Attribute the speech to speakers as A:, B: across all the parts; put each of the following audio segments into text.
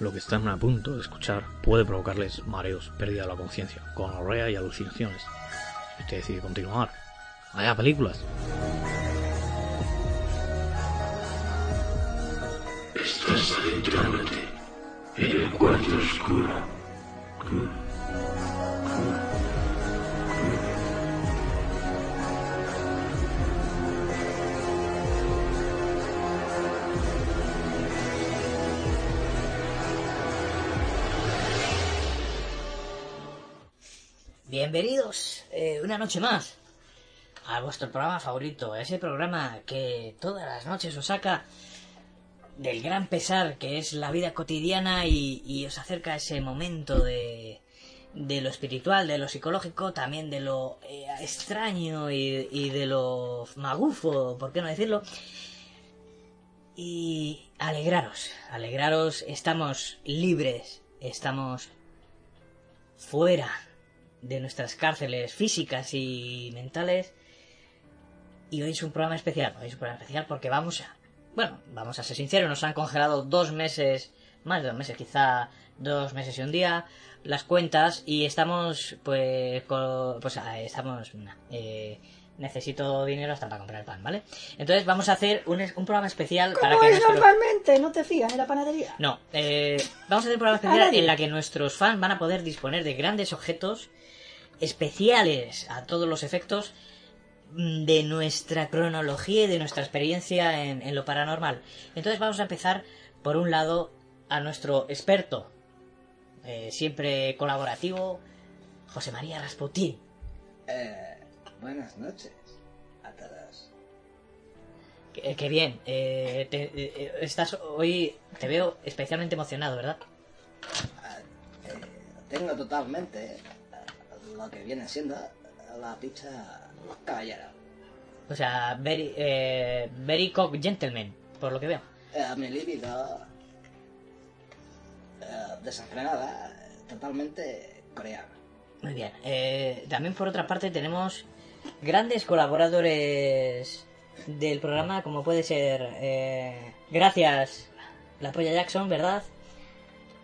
A: lo que están a punto de escuchar puede provocarles mareos, pérdida de la conciencia, gonorrea y alucinaciones. Si usted decide continuar, vaya películas.
B: Estás adentrándote en el cuarto oscuro.
C: Bienvenidos eh, una noche más a vuestro programa favorito, a ese programa que todas las noches os saca del gran pesar que es la vida cotidiana y, y os acerca a ese momento de, de lo espiritual, de lo psicológico, también de lo eh, extraño y, y de lo magufo, por qué no decirlo. Y alegraros, alegraros, estamos libres, estamos fuera de nuestras cárceles físicas y mentales. Y hoy es un programa especial, hoy es un programa especial porque vamos a... Bueno, vamos a ser sinceros, nos han congelado dos meses, más de dos meses, quizá dos meses y un día, las cuentas y estamos, pues, co- pues ah, estamos... nah, eh, necesito dinero hasta para comprar pan, ¿vale? Entonces vamos a hacer un, es- un programa especial para
D: Como
C: que...
D: es
C: nuestro-
D: normalmente, no te fías en la panadería.
C: No, eh, vamos a hacer un programa
D: Ahora
C: especial
D: dime.
C: en la que nuestros fans van a poder disponer de grandes objetos especiales a todos los efectos mm, de nuestra cronología y de nuestra experiencia en, en lo paranormal. Entonces vamos a empezar por un lado a nuestro experto, eh, siempre colaborativo, José María Rasputín.
E: Eh, buenas noches a todos.
C: Qué, qué bien, eh, te- eh, estás hoy, te veo especialmente emocionado, ¿verdad?
E: Eh, tengo totalmente eh, lo que viene siendo la picha los caballeros.
C: O sea, very, eh, very cock gentleman, por lo que veo.
E: Eh, mi libido eh, desenfrenada, eh, totalmente coreana.
C: Muy bien. Eh, también por otra parte tenemos grandes colaboradores del programa, como puede ser... eh, gracias, la polla Jackson, ¿verdad?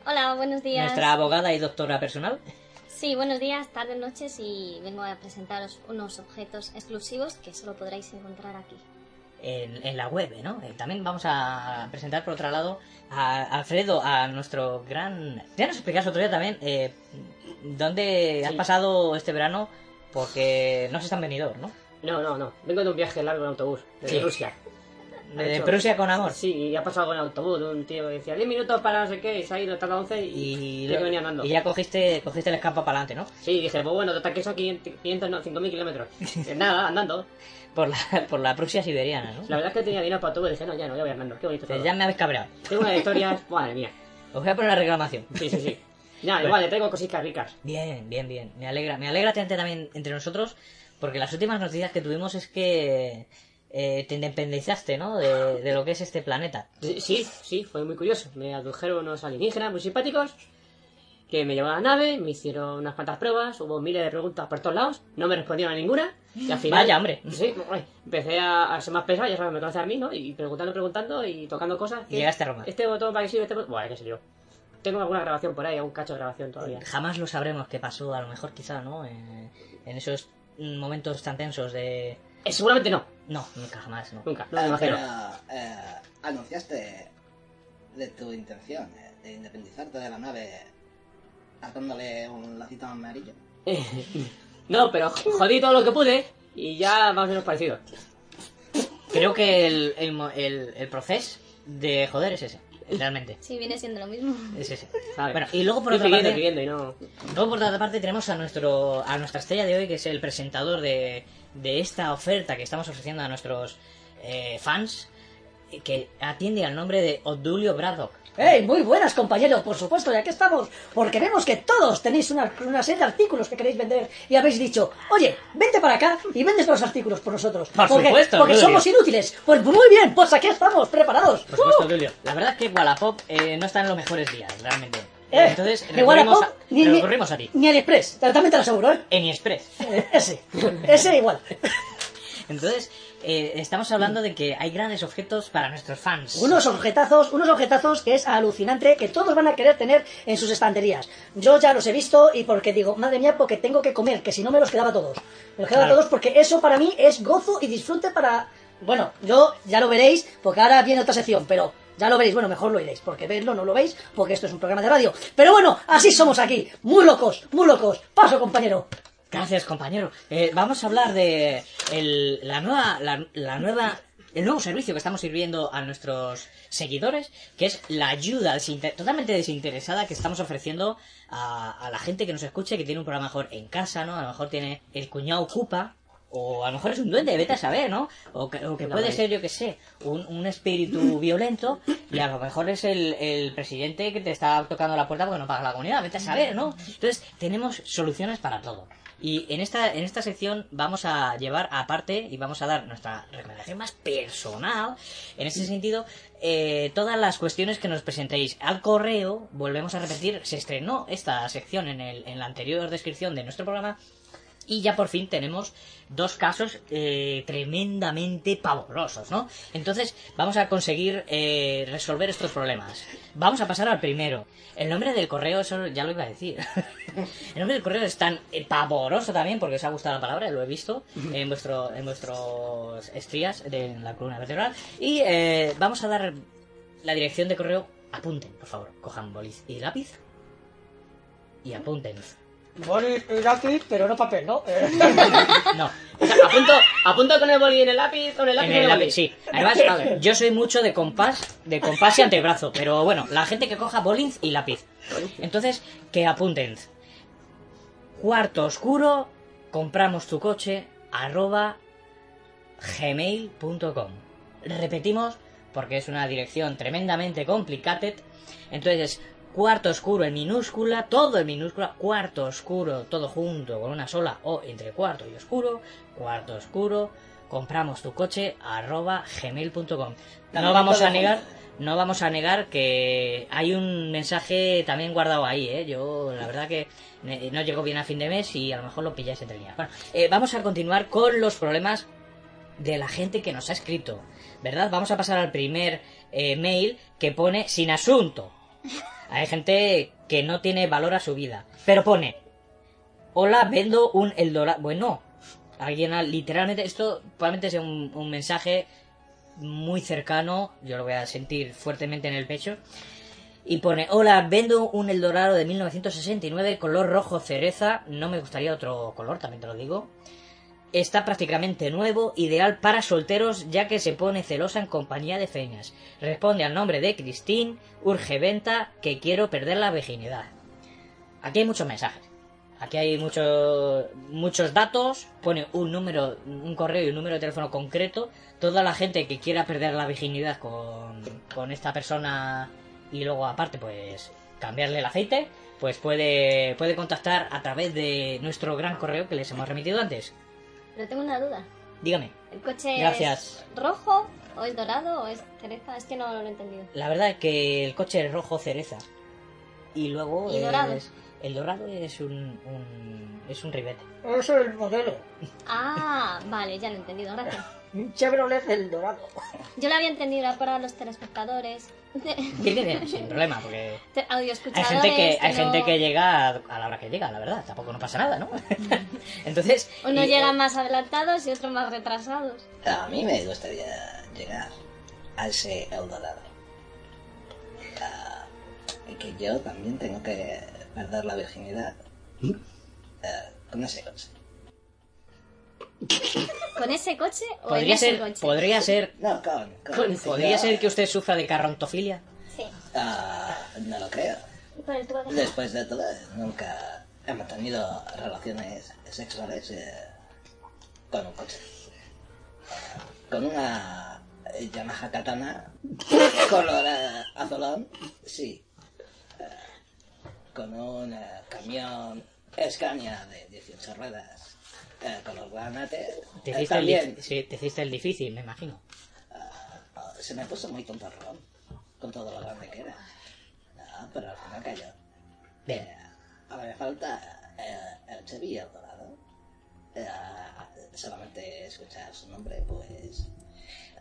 F: Hola, buenos días.
C: Nuestra abogada y doctora personal.
F: Sí, buenos días, tardes, noches y vengo a presentaros unos objetos exclusivos que solo podréis encontrar aquí.
C: En, en la web, ¿no? Eh, también vamos a presentar por otro lado a Alfredo, a nuestro gran... Ya nos explicas otro día también eh, dónde has
G: Sí.
C: pasado este verano porque no has estado en Benidorm, ¿no?
G: No, no, no. Vengo de un viaje largo en autobús, desde
C: Sí.
G: Rusia.
C: De
G: Eso.
C: Prusia con amor.
G: Sí, y ha pasado con el autobús. Un tío que decía 10 minutos para no sé qué, y se ha ido tarda 11 y,
C: Y,
G: tengo que venir andando.
C: y ya cogiste, cogiste el escampa para adelante, ¿no?
G: Sí, dije, pues bueno, total que son 500, 500 no, 5.000 kilómetros. Eh, Nada, andando.
C: Por la, por la Prusia siberiana, ¿no?
G: La verdad es que tenía dinero para todo y dije, no, ya no, ya voy andando. Qué bonito
C: Eh,
G: todo.
C: Ya me habéis cabreado.
G: Tengo una historia, madre mía.
C: Os voy a poner la reclamación.
G: Sí, sí, sí. Ya, igual, le traigo cositas ricas.
C: Bien, bien, bien. Me alegra, me alegra tenerte también entre nosotros, porque las últimas noticias que tuvimos es que eh, te independizaste, ¿no? De, de lo que es este planeta.
G: Sí, sí, sí, fue muy curioso. Me adujeron unos alienígenas muy simpáticos que me llevaron a la nave, me hicieron unas cuantas pruebas, hubo miles de preguntas por todos lados, no me respondieron a ninguna y al final...
C: Vaya, hombre.
G: Sí, hombre, empecé a, a ser más pesado, ya sabes, me conoce a mí, ¿no? Y preguntando, preguntando y tocando cosas.
C: Y llegaste a Roma.
G: Este botón para que sirve, este botón... Bueno, qué sé yo. Tengo alguna grabación por ahí, algún cacho de grabación todavía.
C: Jamás lo sabremos qué pasó, a lo mejor quizá, ¿no? Eh, en esos momentos tan tensos de...
G: Eh, seguramente no,
C: No, nunca jamás, no.
G: nunca, no me
E: Eh,
G: imagino.
E: pero, eh, anunciaste de tu intención eh, de independizarte de la nave atándole un lacito amarillo.
G: No, pero jodí todo lo que pude y ya más o menos parecido.
C: Creo que el, el, mo- el, el proceso de joder es ese, realmente.
F: Sí, viene siendo lo mismo.
C: Es ese.
G: ¿sabes?
C: Bueno, y luego por
G: Estoy
C: otra
G: pidiendo,
C: parte...
G: pidiendo y no...
C: Luego, por otra parte, tenemos a nuestro a nuestra estrella de hoy, que es el presentador de, de esta oferta que estamos ofreciendo a nuestros eh, fans, que atiende al nombre de Odulio Braddock.
D: ¡Ey! Muy buenas, compañeros, por supuesto, ya que estamos, porque vemos que todos tenéis una, una serie de artículos que queréis vender y habéis dicho, oye, vente para acá y vendes los artículos por nosotros.
C: Por
D: porque,
C: supuesto,
D: Porque
C: Julio.
D: somos inútiles. Pues muy bien, pues aquí estamos, preparados.
C: Por supuesto,
D: ¡Uh!
C: Odulio. La verdad es que Wallapop eh, no está en los mejores días, realmente.
D: Eh,
C: Entonces,
D: ni
C: recurrimos,
D: Wallapop,
C: a,
D: ni, ni-
C: recurrimos a ti.
D: Ni Aliexpress, también te lo aseguro, ¿eh?
C: En Express.
D: Eh, Ese, ese igual.
C: Entonces, eh, estamos hablando de que hay grandes objetos para nuestros fans.
D: Unos objetazos, unos objetazos que es alucinante, que todos van a querer tener en sus estanterías. Yo ya los he visto y porque digo, madre mía, porque tengo que comer, que si no me los quedaba todos. Me los quedaba
C: Claro.
D: todos porque eso para mí es gozo y disfrute para... Bueno, yo ya lo veréis, porque ahora viene otra sección, pero ya lo veréis, bueno, mejor lo iréis, porque verlo no lo veis, porque esto es un programa de radio. Pero bueno, así somos aquí, muy locos, muy locos. Paso, compañero.
C: Gracias, compañero. Eh, vamos a hablar de el- la nueva, la, la nueva, el nuevo servicio que estamos sirviendo a nuestros seguidores, que es la ayuda desinter- totalmente desinteresada que estamos ofreciendo a, a la gente que nos escuche, que tiene un programa mejor en casa, ¿no? A lo mejor tiene el cuñado ocupa, o a lo mejor es un duende, vete a saber, ¿no? O que, o que puede ser, yo que sé, un, un espíritu violento y a lo mejor es el, el presidente que te está tocando la puerta porque no paga la comunidad, vete a saber, ¿no? Entonces, tenemos soluciones para todo. Y en esta, en esta sección vamos a llevar aparte y vamos a dar nuestra recomendación más personal. En ese sentido, eh, todas las cuestiones que nos presentéis al correo, volvemos a repetir, se estrenó esta sección en, el, en la anterior descripción de nuestro programa. Y ya por fin tenemos dos casos eh, tremendamente pavorosos, ¿no? Entonces vamos a conseguir eh, resolver estos problemas. Vamos a pasar al primero. El nombre del correo, eso ya lo iba a decir. El nombre del correo es tan eh, pavoroso también, porque os ha gustado la palabra, lo he visto en vuestro en vuestros estrías de en la columna vertebral. Y eh, vamos a dar la dirección de correo. Apunten, por favor. Cojan bolis y lápiz. Y apunten.
D: Boris lápiz, pero no papel, ¿no?
C: No,
G: O sea, apunto, apunto con el boli en el lápiz, con el lápiz
C: en el
G: boli.
C: lápiz, sí. Además, yo soy mucho de compás, de compás y antebrazo, pero bueno, la gente que coja bolins y lápiz. Entonces, que apunten. Cuarto oscuro, compramos tu coche, arroba gmail.com. Repetimos, porque es una dirección tremendamente complicada. Entonces, cuarto oscuro en minúscula, todo en minúscula, cuarto oscuro, todo junto con una sola O entre cuarto y oscuro, cuarto oscuro, compramos tu coche, arroba gmail.com. No
E: También
C: vamos
E: todo
C: a negar.
E: junto.
C: No vamos a negar que hay un mensaje también guardado ahí, ¿eh? Yo, la verdad que ne- no llegó bien a fin de mes y a lo mejor lo pilláis entre líneas. Bueno, eh, vamos a continuar con los problemas de la gente que nos ha escrito, ¿verdad? Vamos a pasar al primer eh, mail que pone sin asunto. Hay gente que no tiene valor a su vida, pero pone, hola, vendo un Eldorado. Bueno, alguien ha- literalmente, esto probablemente sea un, un mensaje muy cercano, yo lo voy a sentir fuertemente en el pecho. Y pone, hola, vendo un Eldorado de 1969, color rojo cereza, no me gustaría otro color, también te lo digo. Está prácticamente nuevo, ideal para solteros ya que se pone celosa en compañía de feñas. Responde al nombre de Christine, urge venta, que quiero perder la virginidad. Aquí hay muchos mensajes. Aquí hay muchos muchos datos, pone un número, un correo y un número de teléfono concreto. Toda la gente que quiera perder la virginidad con, con esta persona y luego aparte pues cambiarle el aceite, pues puede, puede contactar a través de nuestro gran correo que les hemos remitido antes.
F: Pero tengo una duda.
C: Dígame.
F: ¿El coche
C: Gracias.
F: es rojo o es dorado o es cereza? Es que no, lo he entendido.
C: La verdad es que el coche es rojo cereza. Y luego.
F: Y
C: es-
F: dorado.
C: El dorado es un, un- es un ribete.
D: Eso es el modelo.
F: Ah, vale, ya lo he entendido, gracias.
D: Un Chevrolet del dorado.
F: Yo lo había entendido era para los telespectadores,
C: Bien, bien, bien, sin problema, porque.
F: te-
C: Hay
F: audioescuchadores.
C: gente que, hay
F: no-
C: gente que llega a la hora que llega, la verdad. Tampoco no pasa nada, ¿no? Entonces.
F: Unos
C: y-
F: llegan más adelantados y otros más retrasados.
E: A mí me gustaría llegar a ese Eldorado. Ah, y que yo también tengo que perder la virginidad. Ah, con ese coche.
F: ¿Con ese coche o
C: Podría
F: en ese
C: ser,
F: coche?
C: podría ser.
E: No, con.
G: Con-
E: con
C: Podría
E: Ah,
C: ser que usted sufra de carrontofilia.
F: Sí,
E: ah, no lo creo.
F: con el tubo de...
E: Después de todo, nunca hemos tenido relaciones sexuales eh, con un coche. Con una eh, Yamaha Katana color eh, azulón, sí. Eh, Con un eh, camión Scania de 18 ruedas eh, color granate.
C: Te
E: eh,
C: hiciste, el,
E: también
C: dif- sí, te hiciste el difícil, me imagino.
E: Ah, se me puso muy tonto el ron, con todo lo grande que era. Ah, pero al final cayó.
C: Bien.
E: Ahora me falta eh, el Chevy y el Dorado. Eh, solamente escuchar su nombre, pues.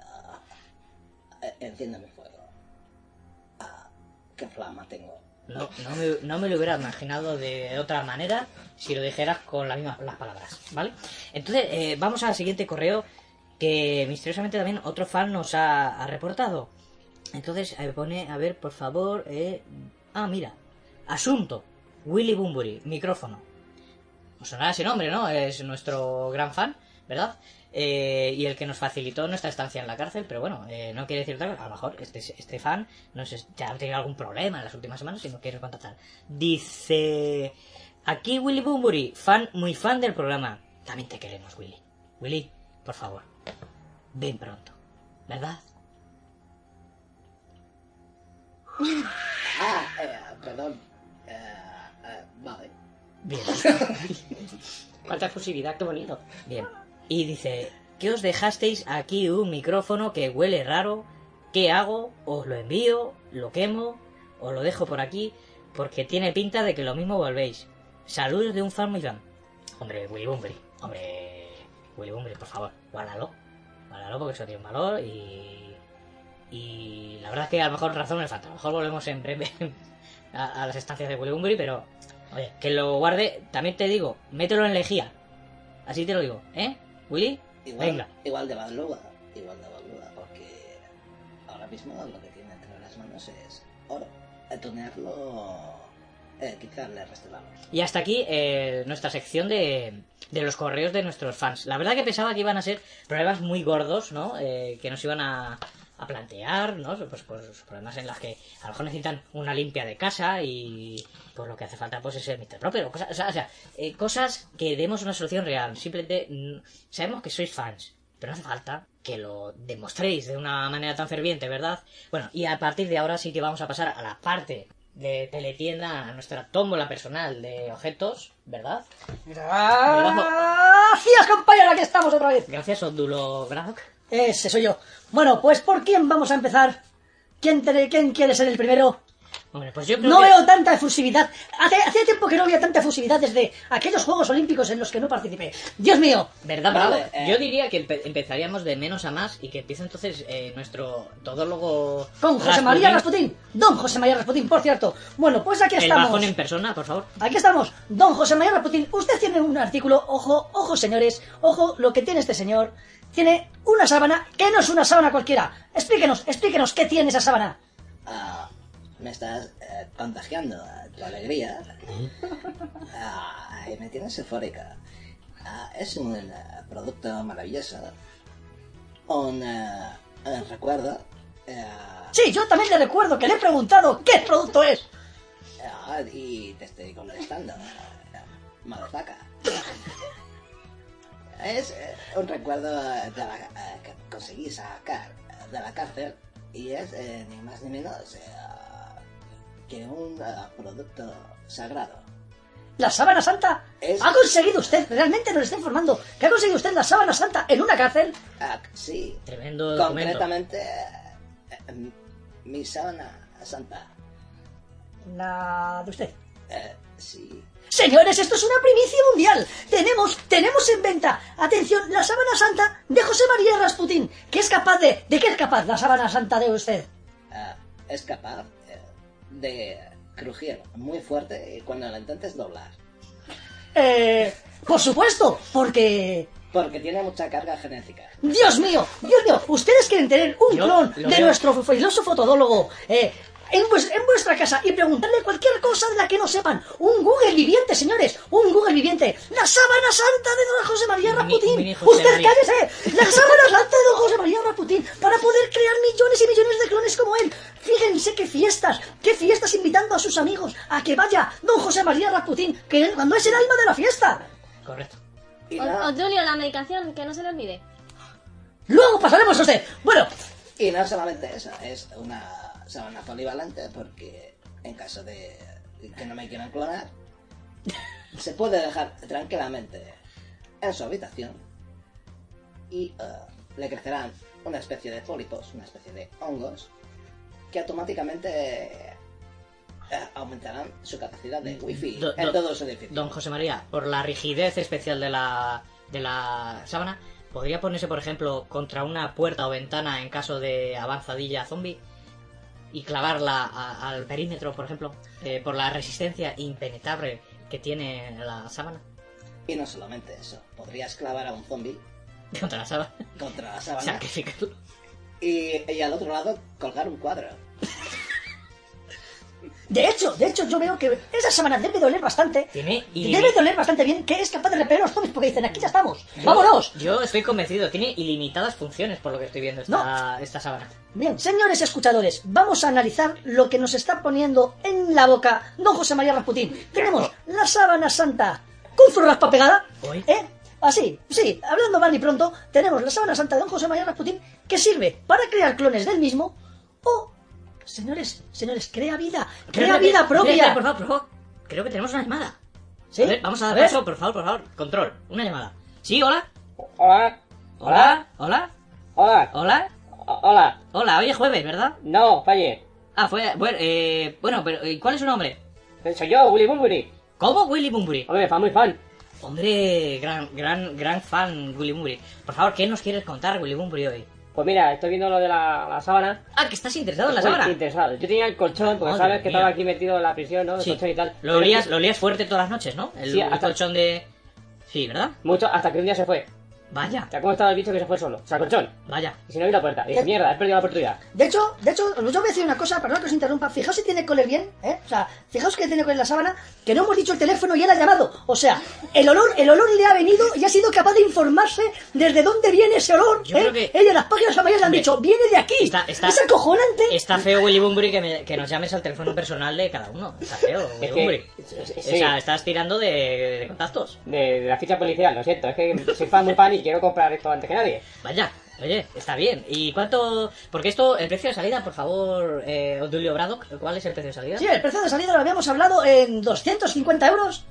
E: ah, eh, enciende mi fuego. Ah, ¿Qué flama tengo?
C: No, no me, no me lo hubiera imaginado de otra manera si lo dijeras con las mismas las palabras, ¿vale? Entonces, eh, vamos al siguiente correo que misteriosamente también otro fan nos ha, ha reportado. Entonces, eh, pone, a ver, por favor, eh, ah, mira, asunto, Willy Bumbury, micrófono. Os sonará ese nombre, ¿no? Es nuestro gran fan, ¿verdad? Eh, y el que nos facilitó nuestra estancia en la cárcel, pero bueno, eh, no quiere decir otra cosa. A lo mejor este, este fan nos es- ya ha tenido algún problema en las últimas semanas y no quiere contactar. Dice: Aquí Willy Bumbury, fan, muy fan del programa. También te queremos, Willy. Willy, por favor, ven pronto, ¿verdad?
E: Ah, eh, perdón. Eh, eh, vale.
C: Bien.
G: Cuánta exclusividad, qué bonito.
C: Bien. Y dice, ¿qué os dejasteis aquí un micrófono que huele raro? ¿Qué hago? ¿Os lo envío? ¿Lo quemo? ¿Os lo dejo por aquí? Porque tiene pinta de que lo mismo volvéis. Saludos de un fan muy fan. Hombre, Willy Bumbri. Hombre, Willy Bumbri, por favor, guárdalo. Guárdalo porque eso tiene un valor y... Y la verdad es que a lo mejor razón me falta. A lo mejor volvemos en breve a, a las estancias de Willy Bumbri, pero... Oye, que lo guarde, también te digo, mételo en lejía. Así te lo digo, ¿eh? Willy,
E: Igual,
C: venga.
E: igual de baluda, igual de baluda, porque ahora mismo lo que tiene entre las manos es oro. Atunearlo, eh, quitarle el resto de valor.
C: Y hasta aquí eh, nuestra sección de, de los correos de nuestros fans. La verdad que pensaba que iban a ser problemas muy gordos, ¿no? Eh, que nos iban a, a plantear, ¿no? Pues, pues problemas en los que a lo mejor necesitan una limpia de casa y pues lo que hace falta pues es el Mr. Proper. O, cosas, o sea, o sea, eh, cosas que demos una solución real. Simplemente mm, sabemos que sois fans, pero no hace falta que lo demostréis de una manera tan ferviente, ¿verdad? Bueno, y a partir de ahora sí que vamos a pasar a la parte de teletienda, a nuestra tómbola personal de objetos, ¿verdad?
D: Ah. Gracias, compañero, aquí estamos otra vez.
C: Gracias, Odulo Gradok.
D: Ese soy yo. Bueno, pues ¿por quién vamos a empezar? ¿Quién, te- quién quiere ser el primero?
C: Hombre, pues yo creo
D: No
C: que...
D: veo tanta efusividad. Hace, hace tiempo que no había tanta efusividad desde aquellos Juegos Olímpicos en los que no participé. Dios mío.
C: ¿Verdad,
E: Vale,
C: Bravo?
E: eh.
C: Yo diría que empe- empezaríamos de menos a más y que empiece entonces eh, nuestro todólogo...
D: Con José
C: Rasputín,
D: María Rasputín. Don José María Rasputín, por cierto. Bueno, pues aquí
C: El
D: estamos.
C: bajón en persona, por favor.
D: Aquí estamos, don José María Raputín. Usted tiene un artículo, ojo, ojo señores, ojo lo que tiene este señor. Tiene una sábana que no es una sábana cualquiera. Explíquenos, explíquenos qué tiene esa sábana.
E: Ah, me estás eh, contagiando eh, tu alegría. Ah, y me tienes eufórica. Ah, es un eh, producto maravilloso. Un, eh, eh, recuerdo. eh,
D: Sí, yo también le recuerdo que le he preguntado qué producto es.
E: Ah, y te estoy contestando. eh, Madafaka. Es eh, un recuerdo eh, de la, eh, que conseguí sacar eh, de la cárcel y es eh, ni más ni menos eh, que un eh, producto sagrado.
D: La sábana santa.
E: Es-
D: ¿Ha conseguido usted? Realmente nos está informando que ha conseguido usted la sábana santa en una cárcel.
E: Ah, sí,
C: Tremendo documento.
E: concretamente eh, eh, mi sábana santa.
D: La de usted.
E: Eh, sí,
D: Señores, esto es una primicia mundial. Tenemos, tenemos en venta, atención, la sábana santa de José María Rasputín, que es capaz de, ¿de qué es capaz la sábana santa de usted?
E: ah, es capaz eh, de crujir muy fuerte cuando la intentes doblar.
D: Eh, por supuesto, porque,
E: Porque tiene mucha carga genética.
D: Dios mío, Dios mío, ustedes quieren tener un
C: Yo
D: clon
C: lo
D: de
C: veo.
D: nuestro filósofo todólogo, eh, en, vues- en vuestra casa y preguntarle cualquier cosa de la que no sepan. Un Google viviente, señores, un Google viviente. La sábana santa de don José María
C: Mini-
D: Raputín.
C: mini José
D: Usted
C: María.
D: cállese. La sábana santa de don José María Raputín para poder crear millones y millones de clones como él. Fíjense qué fiestas, qué fiestas invitando a sus amigos a que vaya don José María Raputín, que él- cuando es el alma de la fiesta.
C: Correcto.
E: Y
F: Od-
E: no,
F: Odrulio, la medicación, que no se le olvide.
D: Luego pasaremos a usted. Bueno,
E: y no solamente eso, es una sábana polivalente porque en caso de que no me quieran clonar, se puede dejar tranquilamente en su habitación y eh, le crecerán una especie de pólipos, una especie de hongos, que automáticamente eh, aumentarán su capacidad de wifi
C: Do-
E: en
C: do-
E: todo su edificio.
C: Don José María, por la rigidez especial de la de la sábana podría ponerse, por ejemplo, contra una puerta o ventana en caso de avanzadilla zombie y clavarla a- al perímetro, por ejemplo, eh, por la resistencia impenetrable que tiene la sábana
E: Y no solamente eso, podrías clavar a un zombie
C: contra la sábana.
E: contra la sábana
C: Sacrificarlo.
E: y, y al otro lado colgar un cuadro.
D: De hecho, de hecho, yo veo que esa semana debe doler bastante.
C: Tiene
D: Debe
C: ilimitado.
D: doler bastante bien que es capaz de repeler los zombies porque dicen, aquí ya estamos, vámonos.
C: Yo estoy convencido, tiene ilimitadas funciones por lo que estoy viendo esta, esta sábana.
D: Bien, señores escuchadores, vamos a analizar lo que nos está poniendo en la boca don José María Rasputín. Tenemos la sábana santa con su raspa pegada.
C: Uy.
D: ¿Eh? Así, sí, hablando mal y pronto, tenemos la sábana santa de don José María Rasputín que sirve para crear clones del mismo o... Señores, señores, crea vida, crea
C: Espérate,
D: vida propia.
C: espérate, por favor, por favor. Creo que tenemos una llamada.
D: ¿Sí?
C: A ver, vamos a dar
D: ver.
C: paso, por favor, por favor. Control, una llamada. ¿Sí? ¿Hola?
G: Hola,
C: ¿Hola? ¿Hola?
G: hola,
C: ¿Hola?
G: hola.
C: Hola, hoy es jueves, ¿verdad?
G: No, falle.
C: Ah, fue... Bueno, eh, bueno pero eh, ¿cuál es su nombre?
G: Soy yo, Willy Bumburi.
C: ¿Cómo? Willy Bumburi.
G: Hombre, fan muy fan.
C: Hombre, gran, gran, gran fan, Willy Bumburi. Por favor, ¿qué nos quieres contar, Willy Bumburi, hoy?
G: Pues mira, estoy viendo lo de la, la sábana.
C: Ah, que estás interesado en la
G: Uy,
C: sábana.
G: qué interesado. Yo tenía el colchón, porque
C: Madre
G: sabes que
C: mía.
G: estaba aquí metido en la prisión, ¿no? El
C: Sí.
G: colchón y tal.
C: Lo
G: Pero
C: olías,
G: es
C: lo olías fuerte todas las noches, ¿no? El,
G: Sí,
C: el
G: hasta-
C: colchón de... Sí, ¿verdad?
G: que- Mucho, hasta que un día se fue.
C: Vaya,
G: O sea, ¿cómo estaba el bicho que se fue solo? O sea, el colchón.
C: vaya.
G: Y si no vi la puerta. Y dije,
D: ¿Qué?
G: mierda, he perdido la oportunidad.
D: De hecho, de hecho, os voy a decir una cosa, perdón que os interrumpa. Fijaos si tiene coler bien, ¿eh? O sea, fijaos que tiene coler la sábana, que no hemos dicho el teléfono y él ha llamado. O sea, el olor, el olor le ha venido y ha sido capaz de informarse desde dónde viene ese olor.
C: Yo
D: ¿eh?
C: creo que-
D: Ellos en las páginas amarillas le han
C: Hombre,
D: dicho, viene de aquí.
C: está- está-
D: es acojonante.
C: Está feo, Willy Bumburi, que, me- que nos llames al teléfono personal de cada uno. Está feo, Willy
G: que-
C: Bumburi.
G: sí.
C: O sea, estás tirando de, de contactos.
G: De, de la ficha policial, lo siento. Es que soy fan muy fan y quiero comprar esto antes que nadie.
C: Vaya, oye, está bien. ¿Y cuánto...? Porque esto, el precio de salida, por favor, eh, Odulio Braddock, ¿cuál es el precio de salida?
D: Sí, el precio de salida lo habíamos hablado en 250 euros.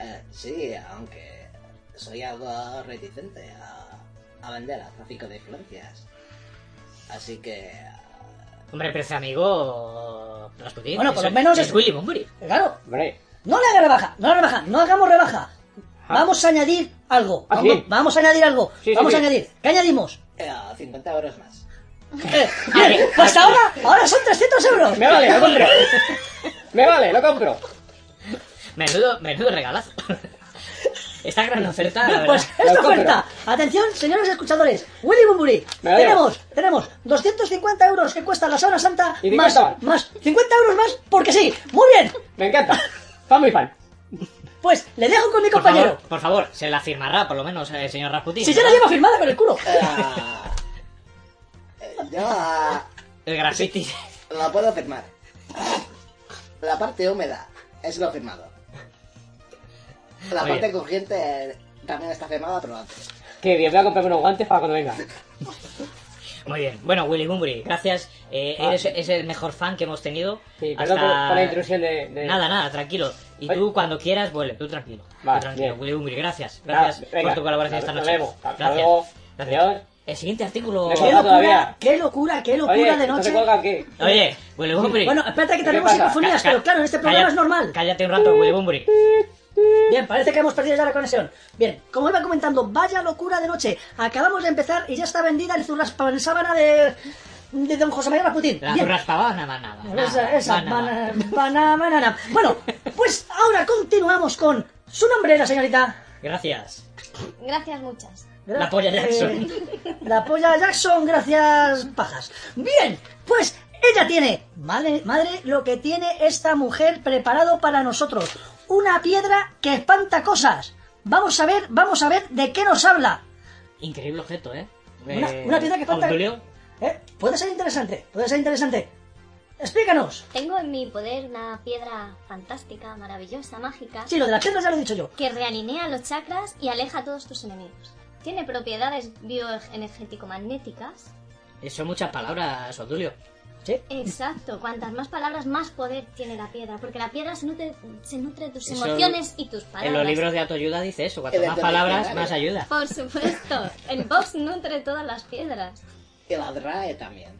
E: Eh, sí, aunque soy algo reticente a, a vender a tráfico de influencias. Así que... eh,
C: Hombre, pero ese amigo... Rasputin.
D: Bueno, por
C: es-
D: lo menos
C: Es
D: es-
C: Willy Bumburi.
D: Claro,
G: Hombre,
D: no le haga rebaja, no haga rebaja, no hagamos rebaja.
G: Ajá.
D: Vamos a añadir algo.
G: Ah,
D: vamos,
G: sí.
D: vamos a añadir algo.
G: Sí, sí,
D: vamos a
G: sí.
D: añadir. ¿Qué añadimos?
E: eh, 50 euros más.
D: Eh, bien, pues ahora, ahora son 300 euros.
G: me vale, lo compro. me vale, lo compro.
C: Menudo, menudo regalazo. Esta gran oferta, la
D: Pues
C: verdad.
D: esta
G: Lo compro.
D: oferta. Atención, señores escuchadores. Willy Bumburi.
G: Me veo.
D: Tenemos, tenemos 250 euros que cuesta la Sábana Santa.
G: Y
D: más,
G: 50.
D: más 50 euros más porque sí. Muy bien.
G: Me encanta. Fan muy fan.
D: Pues le dejo con mi
C: Por
D: compañero.
C: favor, por favor, se la firmará, por lo menos, el señor Rasputin.
D: Si ya la
C: ¿verdad?
D: lleva firmada con el culo.
E: Eh, eh, yo ah,
C: El graffiti.
E: la puedo firmar. La parte húmeda es lo firmado. La
C: Muy
E: parte
C: bien.
E: crujiente eh, también está firmada, pero antes.
G: Que bien, voy a comprarme unos guantes para cuando venga.
C: Muy bien. Bueno, Willy Bumburi, gracias. Eh,
G: Ah.
C: eres, es el mejor fan que hemos tenido.
G: Sí,
C: hasta-
G: perdón por, por la intrusión de... de-
C: Nada, nada, tranquilo. Y
G: Oye.
C: tú cuando quieras vuelve, tú tranquilo. Tú
G: Vale,
C: tranquilo,
G: bien.
C: Willy Bumburi, gracias.
G: Nada,
C: Gracias por
G: venga,
C: tu colaboración
G: nos
C: esta noche.
G: vemos. Hasta
C: Gracias.
G: luego.
C: Gracias.
G: Adiós.
C: El siguiente artículo.
G: Me
D: Qué
G: Hola,
D: locura,
G: todavía.
D: qué locura, qué locura
G: Oye,
D: de
G: no se
D: noche.
G: cuelga aquí.
C: Oye, Willy Bumburi.
D: Bueno, espérate que tenemos
G: pasa?
D: psicofonías,
C: Ca- ca-
D: pero claro, en este programa
C: calla-
D: es normal.
C: Cállate un rato, Willy Bumburi.
D: Bien, parece que hemos perdido ya la conexión. Bien, como iba comentando, vaya locura de noche. Acabamos de empezar y ya está vendida el zurraspa- sábana de, de don José María Rasputín.
C: La
D: Bien.
C: raspaba, nada, nada. nada,
D: Esa, esa,
C: nada, nada.
D: bana- bana- banana. Bueno, pues ahora continuamos con su nombre, la señorita.
C: Gracias.
F: Gracias muchas.
D: Gra-
C: La polla Jackson.
D: eh, la polla Jackson, gracias, pajas. Bien, pues ella tiene, madre, madre, lo que tiene esta mujer preparado para nosotros. Una piedra que espanta cosas. Vamos a ver, vamos a ver de qué nos habla.
C: Increíble objeto, ¿eh?
D: Una,
C: Eh,
D: una piedra que espanta.
C: Obdulio,
D: Eh, Puede ser interesante, puede ser interesante. Explícanos.
F: Tengo en mi poder una piedra fantástica, maravillosa, mágica,
D: Sí, lo de las piedras ya lo he dicho yo.
F: que realinea los chakras y aleja a todos tus enemigos. Tiene propiedades bioenergético-magnéticas.
C: Son muchas palabras, Obdulio.
D: Sí.
F: Exacto, cuantas más palabras, más poder tiene la piedra, porque la piedra se nutre, se nutre de tus
C: Eso-
F: emociones y tus palabras.
C: En los libros de autoayuda dice eso. Cuanto
E: El
C: más
E: del
C: palabras,
E: diccionario.
C: más ayuda.
F: Por supuesto, el box nutre todas las piedras.
E: Y la DRAE también.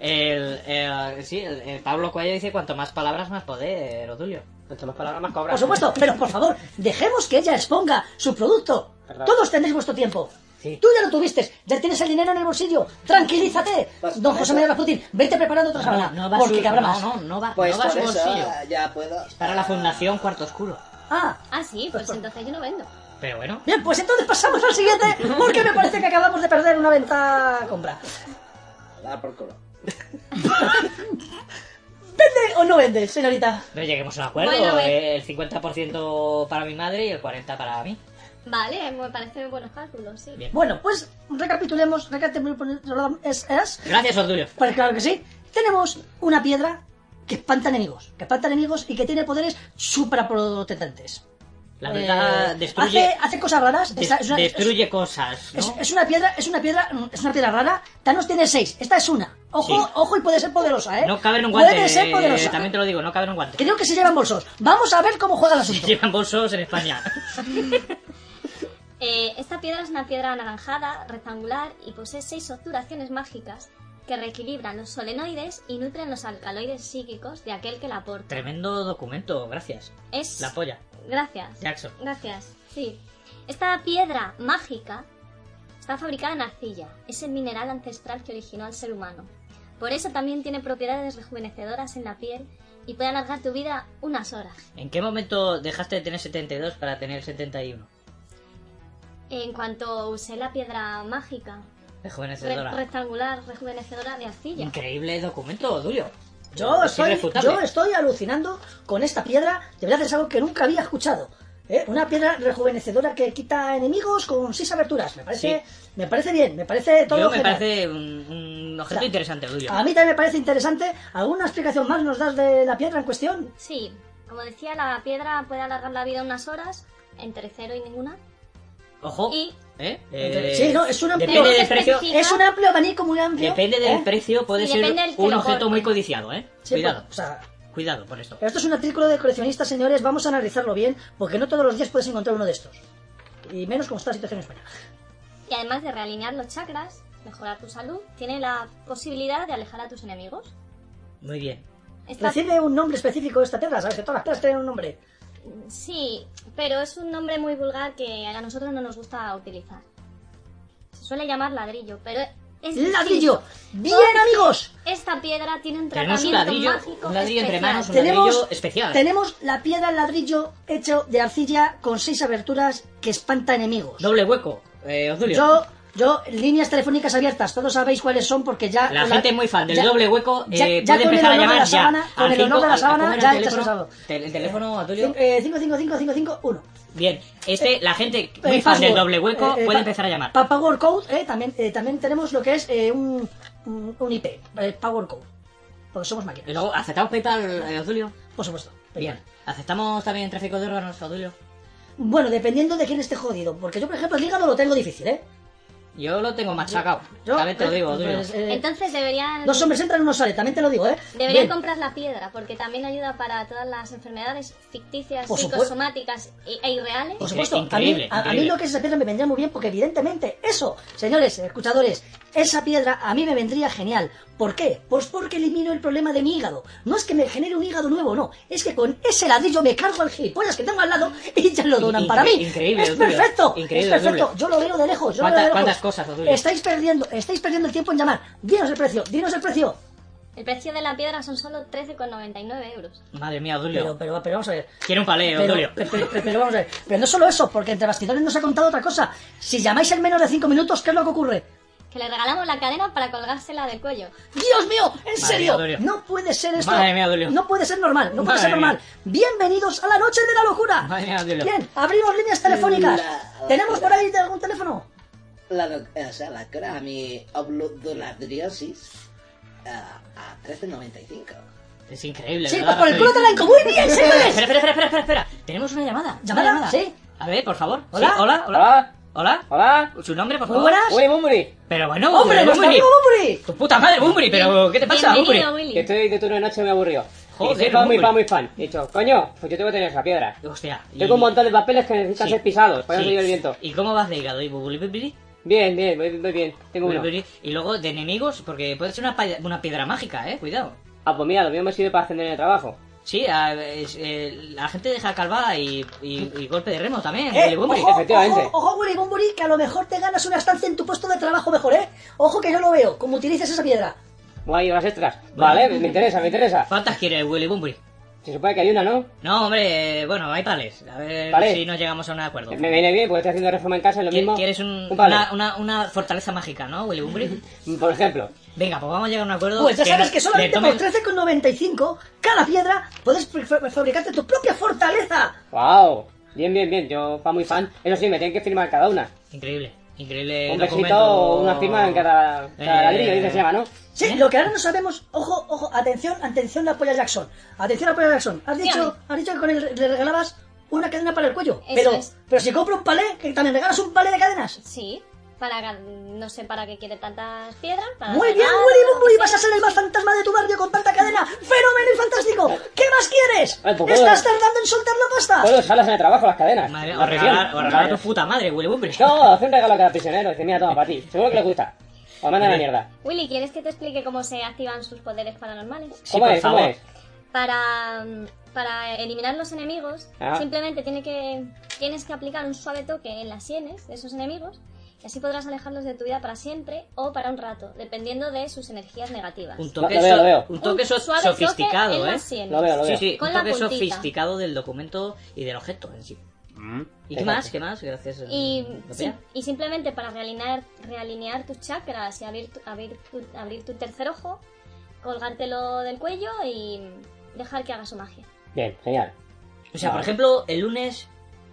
C: El, el- sí, el, el Pablo Coelho dice cuanto más palabras, más poder, Odulio.
G: Cuanto más palabras, más cobras.
D: Por supuesto, pero por favor, dejemos que ella exponga su producto.
C: Perdón.
D: Todos tendréis vuestro tiempo.
H: Sí.
D: Tú ya lo tuviste, ya tienes el dinero en el bolsillo. Tranquilízate,
E: Pues,
D: don
E: por
D: José
E: eso-
D: María Rasputin. Vete preparando otra semana.
H: No va a
D: porque
H: su,
D: cabrá
H: no,
D: más.
H: no, no
C: Ah,
H: va,
E: Pues
H: no va a
E: por
H: su
E: eso
H: bolsillo.
E: ya puedo.
H: Para la Fundación Cuarto Oscuro.
D: Ah,
F: Ah, sí, pues entonces yo no vendo.
H: Pero bueno,
D: bien, pues entonces pasamos al siguiente. Porque me parece que acabamos de perder una venta compra.
E: A dar por culo.
D: ¿Vende o no vende, señorita?
H: no lleguemos a un acuerdo.
F: Bueno, a ver.
H: eh, el 50% para mi madre y el 40% para mí.
F: Vale, me parecen buenos cálculos, sí.
H: Bien.
D: Bueno, pues recapitulemos. recapitulemos es, es
H: Gracias, Odulio.
D: Pues claro que sí. Tenemos una piedra que espanta enemigos. Que espanta enemigos y que tiene poderes supraprotectantes.
C: La verdad,
D: Eh,
C: destruye,
D: Hace, hace cosas raras.
C: des-
D: Esta es, una,
C: destruye cosas, ¿no?
D: es- es una piedra, es una piedra, mm, es una piedra rara. Thanos tiene seis. Esta es una. Ojo,
C: Sí.
D: ojo y puede ser poderosa, ¿eh?
C: No cabe en un guante.
D: Puede ser
C: eh,
D: poderosa.
C: También te lo digo, no cabe en un guante.
D: Creo que se llevan bolsos. Vamos a ver cómo juega el asunto.
C: Llevan bolsos en España.
F: Eh, esta piedra es una piedra anaranjada, rectangular y posee seis obturaciones mágicas que reequilibran los solenoides y nutren los alcaloides psíquicos de aquel que la aporta.
C: Tremendo documento, gracias.
F: Es...
C: La polla.
F: Gracias.
C: Jackson.
F: Gracias. Sí. Esta piedra mágica está fabricada en arcilla. Es el mineral ancestral que originó al ser humano. Por eso también tiene propiedades rejuvenecedoras en la piel y puede alargar tu vida unas horas.
C: ¿En qué momento dejaste de tener 72 para tener 71?
F: En cuanto usé la piedra mágica, re-
C: Rejuvenecedora.
F: rectangular, rejuvenecedora de arcilla.
C: Increíble documento, Odulio.
D: Yo
C: Es
D: estoy,
C: irrefutable.
D: yo estoy alucinando con esta piedra. De verdad es algo que nunca había escuchado. ¿eh? Una piedra rejuvenecedora que quita enemigos con seis aberturas. Me parece, me parece bien, me parece todo
C: Yo me
D: genial.
C: parece un, un objeto
D: O sea,
C: interesante, Odulio.
D: A mí también me parece interesante. ¿Alguna explicación más nos das de la piedra en cuestión?
F: Sí, como decía, la piedra puede alargar la vida unas horas, entre cero y ninguna.
C: Ojo.
F: Y-
C: ¿eh?
D: Entre-
C: Eh,
D: sí, no, es un amplio-
C: Depende del
F: Especifica-
C: precio.
D: Es un amplio abanico muy amplio.
C: Depende del
D: ¿eh?
C: precio, puede
F: Sí,
C: ser
F: depende del que
C: un
F: lo
C: objeto
F: corte.
C: muy codiciado, ¿eh?
D: Sí,
C: cuidado,
D: pues, o sea,
C: cuidado por esto.
D: esto es un artículo de coleccionistas, señores. Vamos a analizarlo bien, porque no todos los días puedes encontrar uno de estos. Y menos como está la situación en España.
F: Y además de realinear los chakras, mejorar tu salud, tiene la posibilidad de alejar a tus enemigos.
C: Muy bien.
F: Esta-
D: Recibe un nombre específico esta piedra, sabes que todas las piedras tienen un nombre.
F: Sí, pero es un nombre muy vulgar que a nosotros no nos gusta utilizar. Se suele llamar ladrillo, pero es
D: ¡Ladrillo!
F: distinto.
D: ¡Bien, amigos!
F: Esta piedra tiene un
C: Tenemos
F: tratamiento
C: un ladrillo,
F: mágico
C: un ladrillo entre
F: especial.
C: manos, un
D: Tenemos,
C: ladrillo especial.
D: tenemos la piedra en ladrillo hecho de arcilla con seis aberturas que espanta enemigos.
C: Doble hueco, eh, Odulio.
D: Yo, yo, líneas telefónicas abiertas, todos sabéis cuáles son porque ya...
C: La gente es muy fan del doble hueco.
D: ya-
C: eh,
D: ya
C: puede
D: con el
C: empezar a
D: honor de
C: llamar
D: la
C: ya.
D: sábana,
C: Al
D: con el
C: cinco-
D: honor de la
C: al-
D: sábana,
C: ¿cómo era
D: ya
C: el
D: estás
C: teléfono?
D: casado.
C: Te- El teléfono, Odulio.
D: eh, 5555551.
C: Bien, este, la gente
D: Eh,
C: muy fan del doble hueco puede empezar a llamar.
D: Power Code, eh, también, eh, también tenemos lo que es eh, un, un un IP, eh, Power Code. Porque somos
C: Y
D: máquinas,
C: luego, ¿aceptamos PayPal, eh, Odulio?
D: por supuesto.
C: Bien. ¿Aceptamos también tráfico de órganos, Odulio?
D: Bueno, dependiendo de quién esté jodido. Porque yo, por ejemplo, el hígado lo tengo difícil, ¿eh?
C: Yo lo tengo machacado.
D: Yo,
C: También te lo
D: eh,
C: digo, Odulio.
D: pues, eh,
F: Entonces deberían,
D: Dos hombres entran, uno sale, también te lo digo, ¿eh?
F: deberían
D: Bien.
F: comprar la piedra, porque también ayuda para todas las enfermedades ficticias,
D: Por supuesto.
F: psicosomáticas e, e irreales.
D: Por
C: Incre-
D: supuesto, a mí-
C: increíble,
D: a, a mí,
C: increíble.
D: lo que es esa piedra me vendría muy bien porque evidentemente eso, señores, escuchadores, esa piedra a mí me vendría genial. ¿Por qué? Pues porque elimino el problema de mi hígado. No es que me genere un hígado nuevo, no. Es que con ese ladrillo me cargo al gilipollas que tengo al lado y ya lo donan
C: Incre-
D: para mí.
C: increíble,
D: es
C: Odulio.
D: perfecto.
C: Increíble,
D: es perfecto.
C: Odulio.
D: Yo lo veo de lejos. Yo lo veo
C: ¿Cuántas-
D: de lejos.
C: cuántas cosas, Odulio?
D: Estáis perdiendo, estáis perdiendo el tiempo en llamar. Dinos el precio, dinos el precio.
F: El precio de la piedra son solo 13,99 euros.
C: Madre mía, Odulio.
D: Pero, pero, pero vamos a ver.
C: Quiero un paleo,
D: Pero,
C: Odulio.
D: pero- pero- pero vamos a ver. Pero no solo eso, porque entre bastidores nos ha contado otra cosa. Si llamáis en menos de 5 minutos, ¿qué es lo que ocurre?
F: Que le regalamos la cadena para colgársela del cuello.
D: ¡Dios mío! ¡En serio!
C: mía, Odulio.
D: no puede ser esto.
C: Madre mía, Odulio.
D: No puede ser normal, no puede
C: Madre
D: ser normal.
C: mía.
D: Bienvenidos a la noche de la locura.
C: Madre mía, Odulio.
D: Bien, abrimos líneas telefónicas.
E: La-
D: ¿Tenemos por ahí de algún teléfono?
E: La, doc- o sea, la cura a mi obluduladriosis a, a 13.95.
C: Es increíble,
D: Sí,
C: ¿verdad,
D: pues por el culo
C: Odulio?
D: te la hinco. Muy bien,
C: Espera,
D: señores.
C: espera, espera, espera, espera, espera. Tenemos una llamada. una
D: ¿Llamada? Sí.
C: A ver, por favor.
D: Hola.
C: Sí, hola, hola. Hola. Hola. ¿Su nombre, por
D: Muy
C: favor?
D: buenas.
G: Willy Mumbri,
C: Pero bueno,
D: ¡Hombre, pues
C: Bumburi,
D: nuestro
C: Bumburi.
D: amigo Bumburi!
C: Tu puta madre, Bumburi, pero ¿qué te pasa, Bumburi?
F: Bienvenido, Willy.
G: que estoy de turno de noche y me aburrió.
C: Joder,
G: y soy fan, muy
C: Bumburi.
G: fan, muy fan. He dicho, coño, pues yo tengo que tener esa piedra.
C: Hostia. y-
G: Tengo un montón de papeles que necesitan
C: Sí.
G: ser pisados para
C: Sí.
G: no seguir el viento.
C: ¿Y cómo vas de hígado? ¿Y bubuli, bubuli?
G: Bien, bien, muy, muy bien. Tengo
C: Bubuli,
G: uno.
C: bubuli. Y luego de enemigos, porque puede ser una, pa- una piedra mágica, eh. Cuidado.
G: Ah, pues mira, lo mismo me sirve para ascender en el trabajo.
C: Sí, a- es- eh, la gente deja calvada y, y- y golpe de remo también.
D: Eh,
C: el
D: ojo,
C: Bunbury.
I: efectivamente.
D: Ojo, ojo, Willy Bunbury, que a lo mejor te ganas una estancia en tu puesto de trabajo mejor, ¿eh? Ojo que yo lo veo, como utilices esa piedra.
I: Guay, horas extras. Vale, me, me interesa, me interesa.
C: ¿Cuántas quiere Willy Bumburi?
I: Se supone que hay una, ¿no?
C: No, hombre, eh, bueno, hay pales. A ver
I: Vale.
C: si no llegamos a un acuerdo.
I: Me viene bien, porque estoy haciendo reforma en casa, es lo
C: Qui-
I: mismo.
C: Quieres un-
I: Un palo.
C: una, una- una fortaleza mágica, ¿no, Willy Bumburi?
I: Por ejemplo.
C: Venga, pues vamos a llegar a un acuerdo.
D: Pues ya sabes
C: no-
D: que solamente
C: le tomen-
D: por 13,95 cada piedra puedes fa- fabricarte tu propia fortaleza.
I: ¡Wow! Bien, bien, bien. Yo, fan muy fan. Eso sí, me tienen que firmar cada una.
C: Increíble, increíble.
I: un besito
C: Eh, documento.
I: o una firma en cada, cada
C: Eh,
I: ladrillo, dice, se llama, ¿no?
D: Sí,
C: ¿Eh?
D: lo que ahora no sabemos, ojo, ojo, atención, atención la polla Jackson. Atención la polla Jackson. Has dicho,
F: Dígame.
D: has dicho que con él le regalabas una cadena para el cuello.
F: Eso
D: pero,
F: es.
D: pero si compro un palé, que también regalas un palé de cadenas.
F: Sí, para ga- no sé para qué quiere tantas piedras. Para
D: Muy bien,
F: ganar,
D: Willy
F: lo que
D: Bumburi,
F: sea.
D: vas a ser el más fantasma de tu barrio con tanta cadena. ¡Fenómeno y fantástico! ¿Qué más quieres?
I: Ay, pues,
D: ¡Estás
I: bueno.
D: tardando en soltar la pasta!
I: Puedo usarlas en el trabajo, las cadenas.
C: Madre-
I: La
C: o regalar,
I: presión.
C: o regalar a tu puta madre, Willy Bumburi.
I: No, hace un regalo a cada prisionero. Dice, mira, toma, para ti. Seguro que le gusta. O manda la mierda.
F: Willy, ¿quieres que te explique cómo se activan sus poderes paranormales?
C: Sí,
I: ¿Cómo
C: por
I: es? ¿Cómo
C: favor.
I: es?
F: Para, mm, para eliminar los enemigos,
I: Ah.
F: simplemente tiene que, tienes que aplicar un suave toque en las sienes de esos enemigos y así podrás alejarlos de tu vida para siempre o para un rato, dependiendo de sus energías negativas.
C: Un toque,
I: Lo veo,
C: so-
I: lo veo.
C: Un toque so-
F: suave toque
C: sofisticado,
F: en
C: ¿eh?
F: las sienes.
I: Lo veo, lo veo.
C: Sí, sí,
F: Con
C: un
F: la
C: toque
F: puntita.
C: sofisticado del documento y del objeto en sí. ¿Y qué
I: Exacto.
C: más? ¿Qué más? Gracias. eh,
F: Y,
C: Lopea.
F: sí, y simplemente para realinear, realinear tus chakras y abrir tu, abrir, tu, abrir tu tercer ojo, colgártelo del cuello y dejar que haga su magia.
I: Bien, genial.
C: O sea, por
I: Vale.
C: ejemplo, el lunes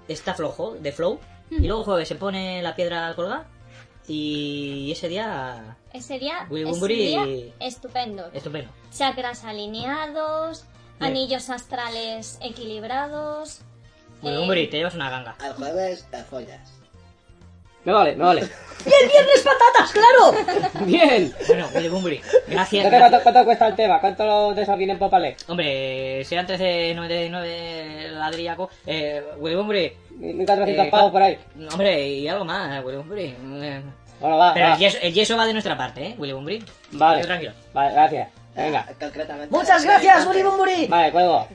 C: está flojo, de flow,
F: Hmm.
C: y luego el jueves se pone la piedra al colgar, y ese día,
F: Ese día
C: Willy
F: es un
C: Bumburi.
F: día estupendo.
C: estupendo.
F: Chakras alineados,
C: Bien.
F: anillos astrales equilibrados.
C: Bueno,
F: eh,
C: hombre, y te llevas una ganga.
E: Al jueves te follas.
I: Me vale, me vale.
D: ¡Y el viernes patatas, claro!
I: Bien.
C: Bueno, Willy Bumburi, gracias.
I: Entonces, ¿cuánto, cuánto cuesta el tema? ¿Cuánto de esos vienen por palé?
C: Hombre, sean 13.99 ladrillaco. Eh, Willy Bumburi,
I: 1400
C: Eh,
I: pavos por ahí.
C: hombre, y algo más, Willy Bumburi. Eh,
I: Bueno, va,
C: Pero
I: va.
C: el yeso, el yeso va de nuestra parte, ¿eh, Willy Bumburi?
I: Vale.
C: Yo tranquilo.
I: Vale, gracias. Venga.
E: Eh, Concretamente.
D: Muchas gracias, Willy Bumburi.
I: Vale, cuelgo.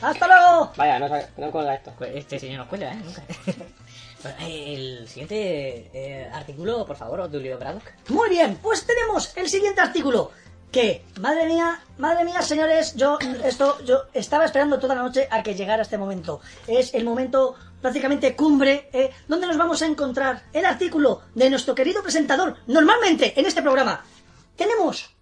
D: Hasta luego.
I: Vaya, no, sa- no cuelga esto.
C: Pues Este señor nos cuela, ¿eh? Nunca. Bueno, eh, el siguiente eh, artículo, por favor, Tulio Braddock.
D: Muy bien, pues tenemos el siguiente artículo. Que, madre mía, madre mía, señores, yo esto, yo estaba esperando toda la noche a que llegara este momento. Es el momento prácticamente cumbre, eh, donde nos vamos a encontrar el artículo de nuestro querido presentador. Normalmente en este programa tenemos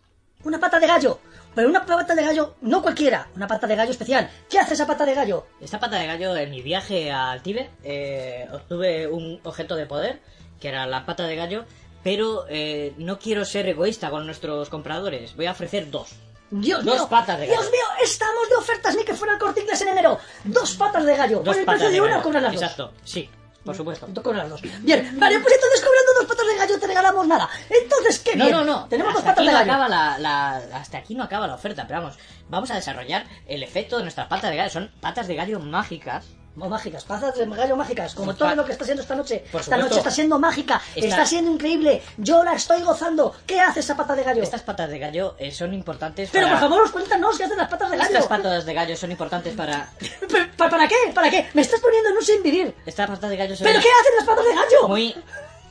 D: una pata de gallo, pero una pata de gallo no cualquiera, una pata de gallo especial. ¿Qué hace esa pata de gallo?
C: Esta pata de gallo, en mi viaje al Tíbet, eh, obtuve un objeto de poder, que era la pata de gallo, pero eh, no quiero ser egoísta con nuestros compradores. Voy a ofrecer dos.
D: Dios
C: Dos
D: mío,
C: patas de gallo.
D: Dios mío, estamos de ofertas ni que fuera el corte inglés en enero. Dos patas de gallo.
C: Dos
D: Por el
C: patas
D: precio de, una,
C: gallo.
D: cobran las dos.
C: Exacto, sí, por supuesto.
D: Tú cobras dos. Bien, vale, pues entonces cobrando dos patas de gallo te regalamos nada. Entonces, ¿qué
C: No,
D: bien?
C: no, no.
D: Tenemos dos
C: hasta
D: patas
C: aquí
D: de
C: no
D: gallo.
C: acaba la, la- hasta aquí no acaba la oferta, pero vamos, vamos a desarrollar el efecto de nuestras patas de gallo. Son patas de gallo mágicas.
D: Mo- Oh, Mágicas, patas de gallo mágicas, como
C: Pa-
D: todo lo que está siendo esta noche.
C: Por
D: esta noche
C: supuesto.
D: está siendo mágica,
C: Está-
D: está... siendo increíble. Yo la estoy gozando. ¿Qué hace esa pata de gallo?
C: Estas patas de gallo eh, son importantes
D: Pero por
C: para...
D: favor, os cuéntanos qué hacen las patas de gallo.
C: Estas patas de gallo son importantes para...
D: ¿Pero pa- ¿Para qué? ¿Para qué? Me estás poniendo en un sin vivir.
C: Estas patas de gallo son
D: ¿Pero qué hacen las patas de gallo?
C: muy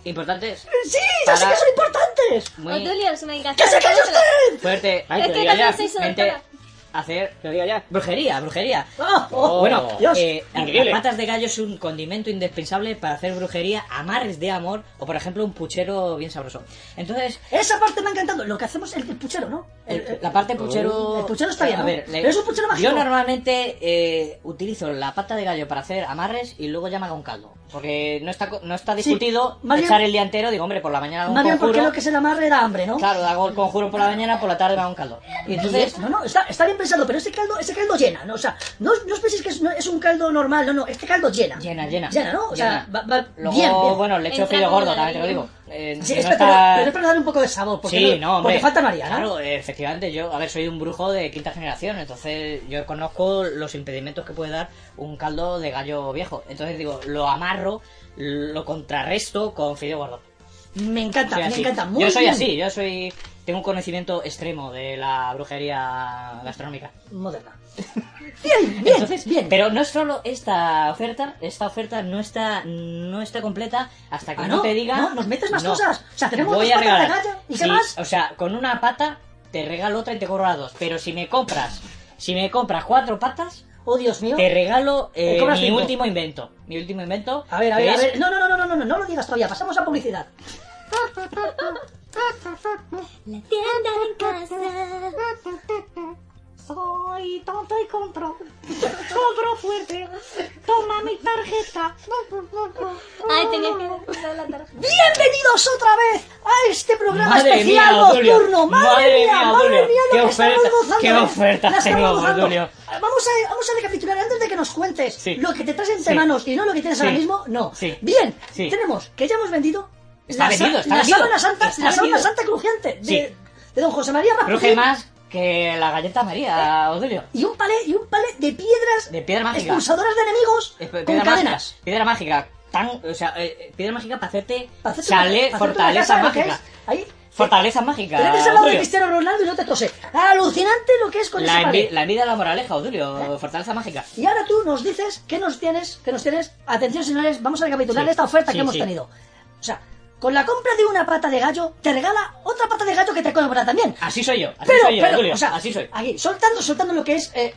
C: importantes.
D: Sí, ya sé
C: Para-
D: que son importantes.
C: Muy
F: Odulio, Oh, es una
D: ¡Que
F: indicación.
D: se calle usted!
C: fuerte.
I: Ay,
F: Es
I: te
F: que
I: diga
F: también
I: ya.
F: soy su
C: Vente,
F: doctora.
C: hacer...
I: Te lo digo ya.
C: Brujería, brujería.
D: Ah, oh,
C: bueno,
D: Dios.
C: eh,
I: increíble.
C: las patas de gallo es un condimento indispensable para hacer brujería, amarres de amor o, por ejemplo, un puchero bien sabroso. Entonces,
D: Esa parte me ha encantado. Lo que hacemos es el, el puchero, ¿no? El-
C: El-
D: el-
C: la parte puchero...
D: Eh,
C: Eh,
D: El puchero está bien,
C: A
D: ¿no?
C: ver, le-
D: Pero es un puchero mágico.
C: Yo normalmente eh, utilizo la pata de gallo para hacer amarres y luego ya me hago un caldo. Porque no está, co- no está discutido
D: más bien-
C: echar el día entero. Digo, hombre, por la mañana hago un
D: Más bien porque
C: conjuro.
D: lo que se le amarre era hambre, ¿no?
C: Claro, hago el conjuro por la mañana, por la tarde me hago un caldo. Y entonces...
D: Entonces, no, no, está, está bien pensado, pero ese caldo, ese caldo llena, ¿no? O sea, no, no os penséis que es, no- es un caldo normal, no, no, este caldo llena.
C: Llena, llena.
D: Llena, ¿no? O sea,
C: Llena.
D: va, va
C: Luego,
D: bien, bien.
C: bueno, le echo
F: Entra
C: frío
F: como
C: gordo,
F: la
C: también te lo
F: harina.
C: digo. Eh,
D: Sí,
C: no
D: espera,
C: está-
D: pero, pero es para darle un poco de sabor, porque,
C: Sí,
D: no,
C: no,
D: porque
C: hombre.
D: falta María, ¿no?
C: Claro, eh, efectivamente, yo, a ver, soy un brujo de quinta generación, entonces yo conozco los impedimentos que puede dar un caldo de gallo viejo. Entonces digo, lo amarro, lo contrarresto con fideo gordo.
D: Me encanta,
C: Soy
D: me
C: así.
D: encanta, muy
C: Yo soy
D: bien.
C: así, yo soy Tengo un conocimiento extremo de la brujería gastronómica.
D: Moderna. Bien, bien,
C: Entonces,
D: bien.
C: Pero no es solo esta oferta, esta oferta no está, no está completa hasta que
D: Ah,
C: no,
D: no,
C: te diga.
D: no, nos metes más cosas. O sea, tenemos
C: voy
D: dos
C: a
D: patas de
C: regalar.
D: gallo, ¿y qué
C: Sí,
D: más?
C: O sea, con una pata te regalo otra y te cobro las dos. Pero si me compras, si me compras cuatro patas,
D: Oh, Dios mío.
C: te regalo eh,
D: Me cobras
C: mi
D: cinco.
C: último invento. Mi último invento.
D: A ver, a ver,
C: que
D: a
C: es-
D: ver. No, no, no, no, no, no, no, no lo digas todavía. Pasamos a publicidad.
F: La tienda en casa.
J: Soy tonto y compro. Compro fuerte. Toma mi tarjeta.
F: Ay, tenía Ah, que dar la tarjeta.
D: Bienvenidos otra vez a este programa
C: Madre
D: especial
C: mía, Obdulio.
D: nocturno. Madre,
C: Madre
D: mía,
C: mía,
D: madre
C: Obdulio.
D: mía, lo
C: Qué
D: que estamos
C: oferta,
D: gozando,
C: qué
D: ¿eh?
C: oferta
D: La estamos
C: tengo,
D: gozando.
C: Obdulio.
D: Vamos a, vamos a recapitular antes de que nos cuentes
C: Sí.
D: lo que te traes
C: Sí.
D: entre manos y no lo que tienes
C: Sí.
D: ahora mismo. No.
C: Sí.
D: Bien,
C: Sí.
D: tenemos que ya hemos vendido
C: Está
D: la, sa-
C: vendido, está
D: la
C: vendido.
D: sábana santa,
C: Está
D: la sábana
C: vendido.
D: santa crujiente de,
C: Sí.
D: de don José María
C: Cruje
D: Marroquín
C: más que la galleta
D: Eh,
C: María, Odulio.
D: y un palé y un palé de piedras
C: De piedra mágica.
D: expulsadoras de enemigos
C: Es-
D: con
C: piedra
D: cadenas.
C: mágica. Piedra mágica. Tan, o sea, eh, eh, piedra mágica para hacerte
D: Para hacerte una-
C: chale,
D: para hacerte una
C: fortaleza
D: casa, ¿no?
C: mágica.
D: ¿Qué es? Ahí.
C: Fortaleza mágica.
D: Pero eres al lado de este
C: Odulio.
D: Cristiano Ronaldo y no te tose. Alucinante lo que es con
C: la,
D: ese
C: envi-
D: palé.
C: la envidia de la moraleja, Odulio. Fortaleza mágica.
D: Y ahora tú nos dices que nos tienes, que nos tienes. Atención, señores, vamos a recapitular
C: Sí,
D: esta oferta
C: sí,
D: que hemos
C: sí.
D: tenido. O sea, con la compra de una pata de gallo, te regala otra pata de gallo que te cobra también.
C: Así soy yo. Ah, Así
D: pero,
C: soy yo,
D: pero,
C: Odulio.
D: o sea,
C: así soy.
D: Aquí, soltando, soltando lo que es. Eh,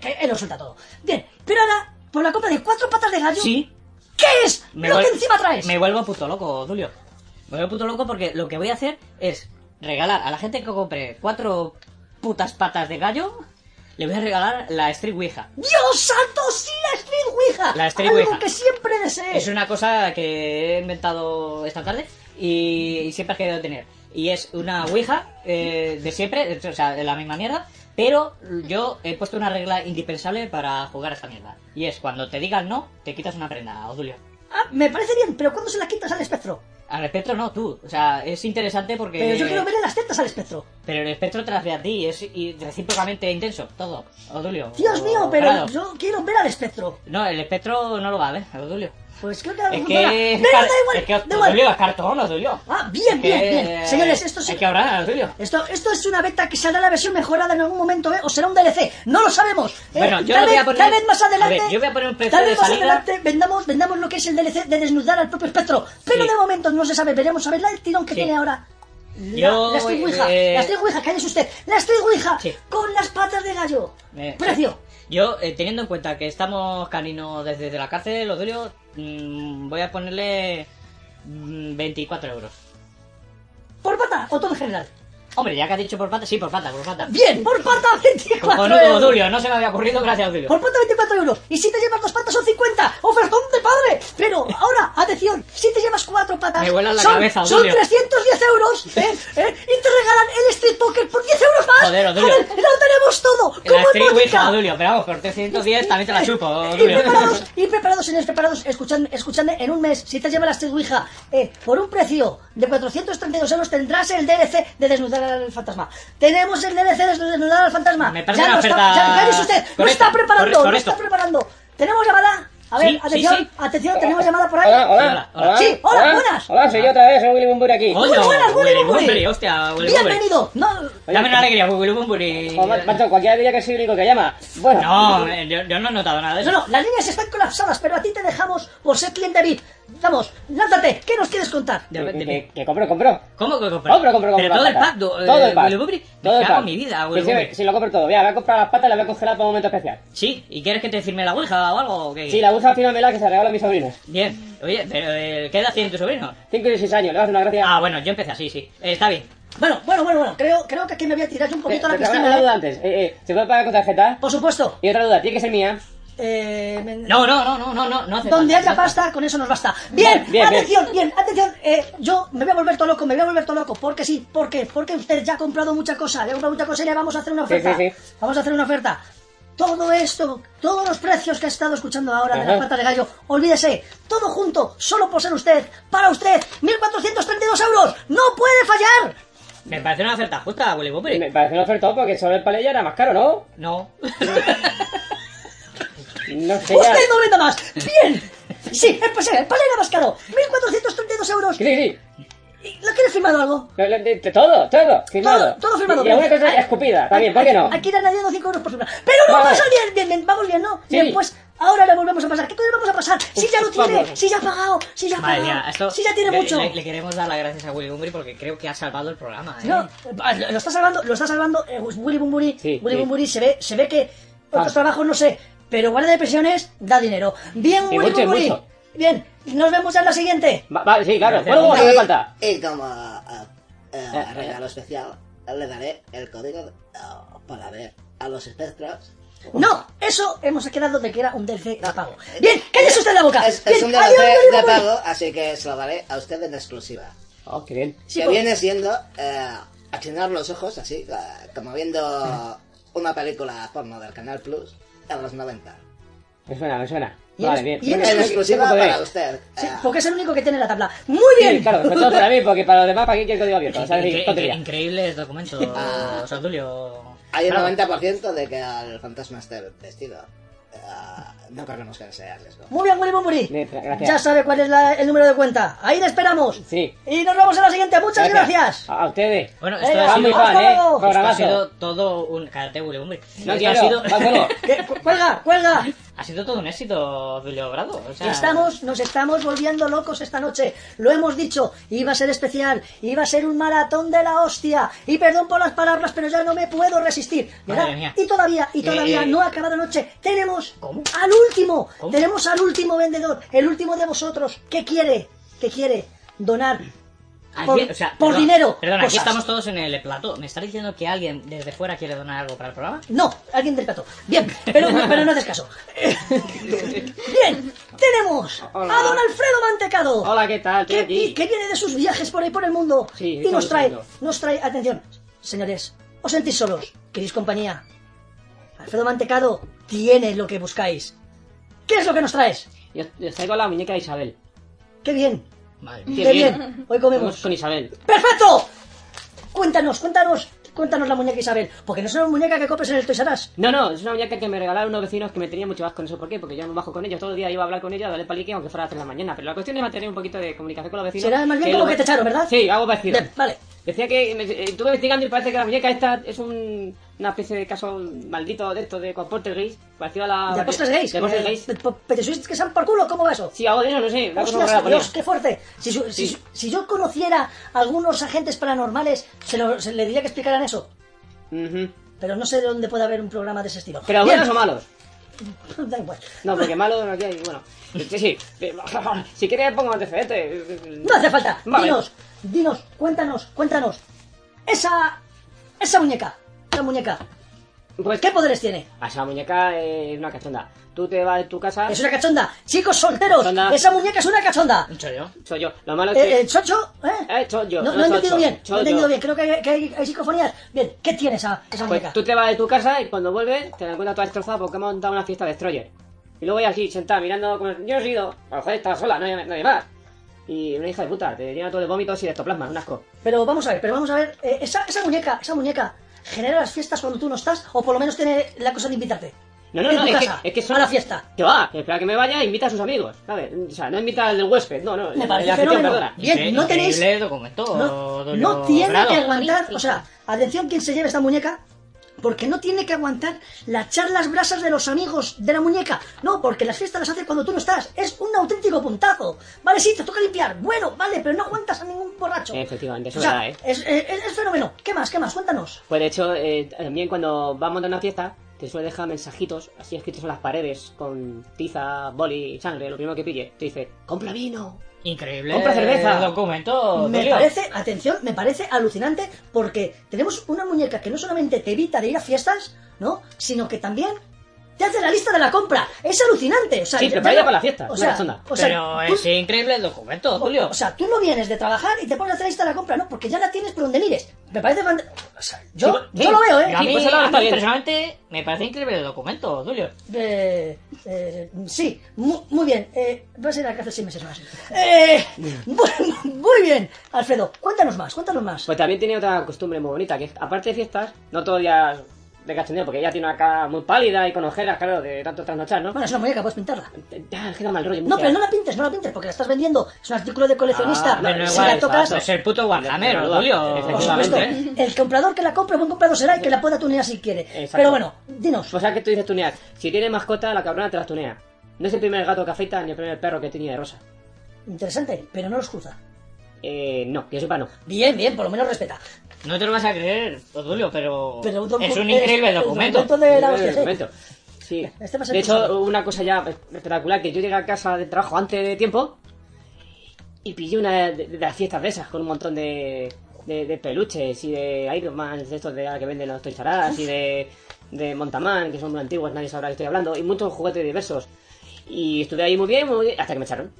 D: que él lo suelta todo. Bien, pero ahora, por la compra de cuatro patas de gallo,
C: Sí.
D: ¿qué es lo
C: vuel-
D: que encima traes?
C: Me vuelvo puto loco, Odulio. Me vuelvo puto loco porque lo que voy a hacer es regalar a la gente que compre cuatro putas patas de gallo, le voy a regalar la Street Ouija.
D: ¡Dios santo! ¡Sí, la Street Ouija!
C: La Street
D: Algo
C: Ouija.
D: que siempre deseé.
C: Es una cosa que he inventado esta tarde y, y siempre he querido tener. Y es una Ouija eh, de siempre, o sea, de la misma mierda, pero yo he puesto una regla indispensable para jugar a esta mierda. Y es cuando te digan no, te quitas una prenda, Odulio.
D: Ah, me parece bien, pero ¿cuándo se la quitas al espectro?
C: Al espectro no, tú. O sea, es interesante porque...
D: Pero yo quiero verle las tetas al espectro.
C: Pero el espectro tras de a ti es y recíprocamente intenso, todo. Odulio.
D: Dios
C: o-
D: mío, pero
C: Prado.
D: yo quiero ver al espectro.
C: No, el espectro no lo va a ver, Odulio.
D: Pues creo que algo
C: Es
D: funciona.
C: que...
D: Pero
C: car-
D: da igual,
C: es que
D: da igual.
C: Odulio es cartón, Odulio.
D: Ah, bien, bien,
C: que-
D: bien. Señores, esto es,
C: Hay que ahorrar, Odulio.
D: esto, esto es una beta que saldrá la versión mejorada en algún momento, ¿eh? O será un DLC. No lo sabemos. ¿eh?
C: Bueno, yo
D: tal,
C: lo voy
D: vez,
C: a poner-
D: tal vez más
C: a ver,
D: adelante.
C: yo voy a poner un precio
D: Tal
C: de
D: vez más
C: salida.
D: adelante vendamos, vendamos lo que es el DLC de desnudar al propio espectro. Pero
C: Sí.
D: de momento no se sabe. Veremos a ver la- el tirón que
C: Sí.
D: tiene ahora. La,
C: Yo,
D: la Street Ouija,
C: eh,
D: la Street Ouija, cállese usted. La Street Ouija
C: Sí.
D: con las patas de gallo.
C: Eh,
D: Precio.
C: Yo, eh, teniendo en cuenta que estamos caninos desde, desde la cárcel, Odulio, mm, voy a ponerle mm, 24 euros.
D: ¿Por pata o todo en general?
C: Hombre, ya que has dicho por pata, sí, por pata, por pata.
D: Bien, por pata 24
C: Cojonudo,
D: euros.
C: Odulio, no se me había ocurrido, gracias, Odulio.
D: Por pata 24 euros. Y si te llevas dos patas son 50. ¡Ofertón de padre! Pero ahora, atención, si te llevas cuatro patas.
C: Me vuela la
D: son,
C: cabeza,
D: Son
C: Odulio.
D: 310 euros. ¿eh? ¿eh? Y te regalan el Street Poker por 10 euros más.
C: Joder, Odulio.
D: lo tenemos todo.
C: En La
D: como en
C: Street
D: Mónica.
C: Ouija, Odulio, pero vamos, por 310 también te la chupo,
D: Y
C: Odulio.
D: preparados, y preparados, señores, preparados, escuchadme, escuchadme, en un mes, si te lleva la Street Ouija, eh, por un precio de 432 euros tendrás el DLC de desnudar al fantasma. Tenemos el DLC de desnudar al fantasma.
C: Me parece
D: ya
C: una
D: no
C: oferta
D: está, ya, cállese usted, no
C: correcta,
D: está preparando,
C: corre-
D: no está
C: correcto.
D: preparando. Tenemos llamada, a ver,
C: Sí, sí,
D: atención,
C: sí.
D: atención, tenemos llamada por ahí.
I: Hola, hola,
C: Hola, hola.
D: Sí, hola, buenas.
I: Hola, soy yo otra vez, soy Willy Bumburi aquí.
C: Coño,
D: Muy buenas, Willy
C: Willy
D: Bumburi.
C: Bumburi, hostia, Willy Bumburi.
D: Bienvenido. No,
C: Dame una alegría, Willy Bumburi.
I: Oh, ma- macho, cualquiera diría que soy el único que llama. Bueno,
C: No, eh, yo, yo no he notado nada de
D: no,
C: eso.
D: no, las líneas están colapsadas, pero a ti te dejamos por ser cliente VIP. Vamos, lánzate, ¿qué nos quieres contar?
C: De-
I: que,
C: de-
I: que- que compro, compro.
C: ¿Cómo que comprar?
I: Compro, compro, compro.
C: Pero todo
I: la
C: el
I: pata.
C: pack, do- eh,
I: Todo el pack.
C: Willy Bumburi.
I: Todo
C: Me
I: el
C: cago
I: pack.
C: en mi vida,
I: Sí,
C: Willy
I: sí,
C: Bumburi.
I: sí, lo compro todo. Voy a, voy a comprar las patas y las voy a congelar para un momento especial.
C: Sí, ¿y quieres que te firme la Ouija o algo? o qué?
I: Sí, la usa al final me la que se regala a mis sobrinos.
C: Bien, oye, pero eh, ¿qué edad tiene tu sobrino?
I: 5 y 6 años, le vas a hacer una gracia.
C: Ah, bueno, yo empecé así, sí. Eh, está bien.
D: Bueno, bueno, bueno, bueno, creo, creo que aquí me voy a tirar yo un
I: Te-
D: poquito a
I: te-
D: la
I: te hago
D: piscina.
I: una
D: ¿eh?
I: duda antes. Eh, eh, ¿Se puede pagar con tarjeta?
D: Por supuesto.
I: Y otra duda, tiene que ser mía.
D: Eh, me-
C: No, no, no, no, no, no, no hace
D: Donde
C: falta.
D: haya
C: No-
D: pasta, con eso nos basta. Bien,
I: Bien, bien,
D: atención, bien, atención. eh, yo me voy a volver todo loco, me voy a volver todo loco. Porque sí, porque porque usted ya ha comprado mucha cosa, ya ha comprado mucha cosa y le vamos a hacer una
I: Sí,
D: oferta.
I: sí, sí.
D: Vamos a hacer una oferta. Todo esto, todos los precios que ha estado escuchando ahora de
I: Ajá.
D: las patas de gallo, olvídese, todo junto, solo por ser usted, para usted, 1.432 euros, no puede fallar.
C: Me parece una oferta justa, Willy Bumburi.
I: Me parece un ofertón porque solo el palé ya era más caro, ¿no?
C: No.
I: No sé ya.
D: Usted Pues no venda eh, pues, más. Bien. Sí, el pase, el pase era más caro. 1.432 euros.
I: Sí, sí, sí.
D: ¿Lo quieres firmado algo?
I: Lo- lo- de- de- Todo, todo, firmado.
D: Todo, todo firmado.
I: Y alguna
D: pero-
I: cosa
D: hay-
I: escupida,
D: hay-
I: también, ¿por qué no?
D: Aquí dan añadiendo 5 euros por semana. Pero no,
I: Vale.
D: pasa bien, bien, bien, vamos bien, ¿no?
I: Sí.
D: Bien, pues ahora la volvemos a pasar. ¿Qué coño vamos a pasar? Si ya lo tiene,
I: vamos.
D: si ya ha pagado, si ya ha
C: Madre
D: pagado,
C: mía, esto.
D: si ya tiene
C: le-
D: mucho.
C: Le, le queremos dar las gracias a Willy Bumburi porque creo que ha salvado el programa, ¿eh?
D: No, ah, lo está salvando, lo está salvando eh, Willy Bumburi.
I: Sí,
D: Willy
I: sí.
D: Bumburi se ve, se ve que otros
I: Ah.
D: trabajos no sé, pero guardia de pensiones da dinero. Bien,
I: Y
D: Willy
I: mucho, y
D: Bumburi.
I: mucho.
D: Bien, nos vemos ya en la siguiente.
I: Va- va, sí, claro.
C: Gracias.
I: Bueno, bueno, me
E: Y-
I: falta.
E: Y como ah, ah,
I: Eh,
E: regalo especial, le daré el código ah, para ver a los espectros.
D: No, eso hemos quedado de que era un DLC de pago. Bien, cállese usted la boca.
E: Es,
D: Bien,
E: es un
D: adiós, Willy
E: DLC de
D: Bumburi.
E: pago, así que se lo daré a usted en exclusiva.
I: Oh, qué bien.
D: Sí, pues.
E: que
D: por-
E: viene siendo eh, accionar los ojos, así, ah, como viendo una película porno del Canal Plus a los 90.
I: Me suena, me suena.
D: Y
I: Vale, bien.
D: eres- y
E: En
D: eres-
I: Sí,
E: exclusiva
I: sí,
E: para
I: podré.
E: usted.
D: Sí,
E: ah,
D: porque es el único que tiene la tabla. ¡Muy bien!
I: Sí, claro, sobre todo para mí, porque para los demás, ¿para qué quiero el código abierto? O sea, es
C: Incre-
I: decir, tontería.
C: increíbles documentos,
E: Ah.
C: Satulio.
E: Hay un
C: Bravo.
E: 90% de que al fantasma esté vestido. Ah, no corremos que sea riesgo.
D: Muy bien, Willy Bumburi.
I: Bien, gracias.
D: Ya sabe cuál es la- el número de cuenta. Ahí le esperamos.
I: Sí.
D: Y nos vemos en la siguiente. Muchas gracias.
G: Ah.
I: A, a ustedes.
C: Bueno, esto
D: Venga,
C: ha
I: Fan
C: sido.
I: muy
D: hasta
I: fan, ¿eh?
D: luego.
C: esto ha
I: Programazo.
C: sido todo un. Cállate, Willy Bumburi.
I: No
C: esto ha
I: quiero.
C: sido,
I: Va, bueno.
D: ¿Qué? Eh, Cu- ¡Cuelga! ¡Cuelga!
C: ha sido todo un éxito, Julio Brado. O sea,
D: Estamos, nos estamos volviendo locos esta noche. Lo hemos dicho, iba a ser especial, iba a ser un maratón de la hostia. Y perdón por las palabras, pero ya no me puedo resistir. ¿verdad?
C: Madre mía.
D: Y todavía, y todavía
C: Eh, eh.
D: no ha acabado la noche. Tenemos
C: ¿Cómo?
D: al último,
C: ¿Cómo?
D: tenemos al último vendedor, el último de vosotros. ¿Qué quiere? ¿Qué quiere? Donar.
C: Aquí,
D: por,
C: o sea,
D: por
C: perdona,
D: dinero.
C: Perdona, aquí
D: cosas.
C: estamos todos en el plató. ¿Me está diciendo que alguien desde fuera quiere donar algo para el programa?
D: No, alguien del plato. Bien, pero, pero no haces caso. Bien, tenemos a
I: Hola.
D: don Alfredo Mantecado.
G: Hola, ¿qué tal? Estoy
D: que,
G: aquí.
D: que viene de sus viajes por ahí por el mundo
G: Sí,
D: y nos
G: estamos
D: trae,
G: viendo.
D: nos trae, atención, señores, os sentís solos, queréis compañía. Alfredo Mantecado tiene lo que buscáis. ¿Qué es lo que nos traes?
G: Yo, yo estoy con la muñeca de Isabel.
D: ¡Qué bien!
C: Madre
D: ¡Qué,
C: mía.
D: bien.
G: bien.
D: Hoy
G: Vamos
D: comemos.
G: con Isabel.
D: ¡Perfecto! Cuéntanos, cuéntanos, cuéntanos la muñeca Isabel, porque no es una muñeca que compres en el Toys R Us.
G: No, no, es una muñeca que me regalaron unos vecinos que me tenían mucho asco, no sé por qué, porque yo me bajo con ellos, todo el día iba a hablar con ellos, a darle palique, aunque fuera a las 3 de la mañana. Pero la cuestión es mantener un poquito de comunicación con los vecinos.
D: Será más bien
G: que
D: como
G: lo-
D: que te echaron, ¿verdad?
G: Sí, algo parecido.
D: De- vale.
G: Decía que me, eh, estuve investigando y parece que la muñeca esta es un, una especie de caso maldito de esto, de con Poltergeist, parecido a la...
D: ¿De apostas gays?
G: De Poltergeist.
D: Eh, pe- pe- ¿Te subiste que sean por culo? ¿Cómo va eso?
G: Sí, algo de eso, no sé, una cosa
D: Hostias,
G: rara por
D: Dios,
G: ahí.
D: qué fuerte. Si, su- si,
G: Sí.
D: si yo conociera algunos agentes paranormales, se, lo- se le diría que explicaran eso.
G: Ujú.
D: Pero no sé de dónde puede haber un programa de ese estilo.
G: Pero
D: Bien.
G: buenos o malos.
D: Da igual.
G: No, porque malos no aquí hay, bueno. Sí, sí. eh, Si quieres pongo antecedentes.
D: No hace falta.
G: Vale.
D: Dinos, dinos, cuéntanos, cuéntanos. Esa, esa muñeca, esa muñeca,
G: Pues
D: ¿qué poderes tiene?
G: A esa muñeca eh, es una cachonda. Tú te vas de tu casa.
D: Es una cachonda. Chicos solteros,
G: Ah. Cachonda.
D: esa muñeca es una cachonda.
C: ¿En serio?
G: Soy yo. Lo malo es
D: Eh,
G: que.
D: El chocho, ¿eh?
G: Eh, chocho,
D: No,
G: no
D: no he entendido
G: chocho,
D: bien, no he
G: chocho.
D: entendido bien. Creo que hay, que hay- hay psicofonías. Bien, ¿qué tiene esa, esa muñeca?
G: pues tú te vas de tu casa y cuando vuelves te la encuentras toda destrozada porque hemos montado una fiesta de Destroyer. Y luego ya así, sentada, mirando. Como... Yo no he ido. A lo mejor estaba sola, no hay nadie más. Y una hija de puta, te llena todo de vómitos y de ectoplasma, un asco.
D: Pero vamos a ver, pero vamos a ver. eh, esa, esa muñeca, esa muñeca, ¿genera las fiestas cuando tú no estás? O por lo menos tiene la cosa de invitarte.
G: No, no,
D: En
G: no,
D: tu
G: es
D: casa,
G: que, es que
D: a la fiesta.
G: Que va, espera que me vaya e invita a sus amigos, ¿sabes? O sea, no invita al del huésped, no, no.
D: Me
G: el-
D: parece
G: el anfitrión,
D: fenómeno.
G: perdona.
D: Bien,
C: Incre-
D: no tenéis-
C: increíble documento,
G: Oh,
D: No,
C: Julio
D: no tiene
C: Brado.
D: que aguantar, o sea, atención quien se lleve esta muñeca, porque no tiene que aguantar las charlas brasas de los amigos de la muñeca. No, porque las fiestas las hace cuando tú no estás. Es un auténtico puntazo. Vale, sí, te toca limpiar. Bueno, vale, pero no aguantas a ningún borracho.
G: Efectivamente, eso
D: O sea,
G: es verdad, ¿eh?
D: es, es- es fenómeno. ¿Qué más? ¿Qué más? Cuéntanos.
G: Pues de hecho, eh, también cuando va a montar una fiesta, te suele dejar mensajitos así escritos en las paredes con tiza, boli, sangre, lo primero que pille. Te dice, compra vino.
C: Increíble
G: Compra cerveza.
C: documento,
D: Me
C: Julio.
D: parece, atención, me parece alucinante porque tenemos una muñeca que no solamente te evita de ir a fiestas, ¿no? Sino que también te hace la lista de la compra. Es alucinante. O sea,
G: Sí,
D: ya- ya
G: pero para ir
D: no-
G: a para la fiesta,
D: O
G: no
D: sea,
G: la sonda.
D: o sea,
C: Pero
D: tú-
C: es increíble el documento, Julio.
D: O sea, tú no vienes de trabajar y te pones a hacer la lista de la compra, ¿no? Porque ya la tienes por donde mires. Me parece fan- o sea, yo,
C: Sí,
D: yo lo veo,
C: yo A mí,
D: ¿eh?
G: pues ahora
C: a
G: está
C: mí
G: bien.
C: personalmente me parece increíble el documento, Julio.
D: Eh, eh, sí, mu- muy bien. Eh, vas a ir a la cárcel seis meses más. Eh, muy, muy bien, Alfredo. Cuéntanos más, cuéntanos más.
G: Pues también tiene otra costumbre muy bonita, que es, aparte de fiestas, no todos los días de cachondeo, porque ella tiene una cara muy pálida y con ojeras, claro, de tanto trasnochar, ¿no?
D: Bueno, es una muñeca, puedes pintarla.
G: Ah, queda mal rollo.
D: No,
G: mujer.
D: pero no la pintes, no la pintes, porque la estás vendiendo. Es un artículo de coleccionista.
G: Ah,
D: si
G: pero no
D: la
G: igual,
D: tocas,
G: exacto.
C: Es el puto Warhammer, Julio.
D: por supuesto,
G: Efectivamente.
D: el comprador que la compre, buen comprador será y que la pueda tunear si quiere.
G: Exacto.
D: Pero bueno, dinos.
G: pues, O sea, que tú dices tunear. Si tiene mascota, la cabrona te las tunea. No es el primer gato que afeita ni el primer perro que tiene de rosa.
D: Interesante, pero no los cruza.
G: Eh, no, que yo sepa no.
D: Bien, bien, por lo menos respeta.
C: No te lo vas a creer, Odulio, pero,
D: Pero un docu-
C: es un increíble
D: es- es un
C: documento.
D: documento de la
G: Eh,
D: hostia, sí.
G: momento. Sí.
D: Este va a ser
G: De
D: interesante.
G: hecho, una cosa ya espectacular, que yo llegué a casa de trabajo antes de tiempo y pillé una de, de las fiestas de esas con un montón de, de- de peluches y de Iron Man, de estos de ahora que venden los Toys R Us, y de, de Montaman, que son muy antiguos, nadie sabrá que estoy hablando, y muchos juguetes diversos. Y estuve ahí muy bien, muy bien, hasta que me echaron.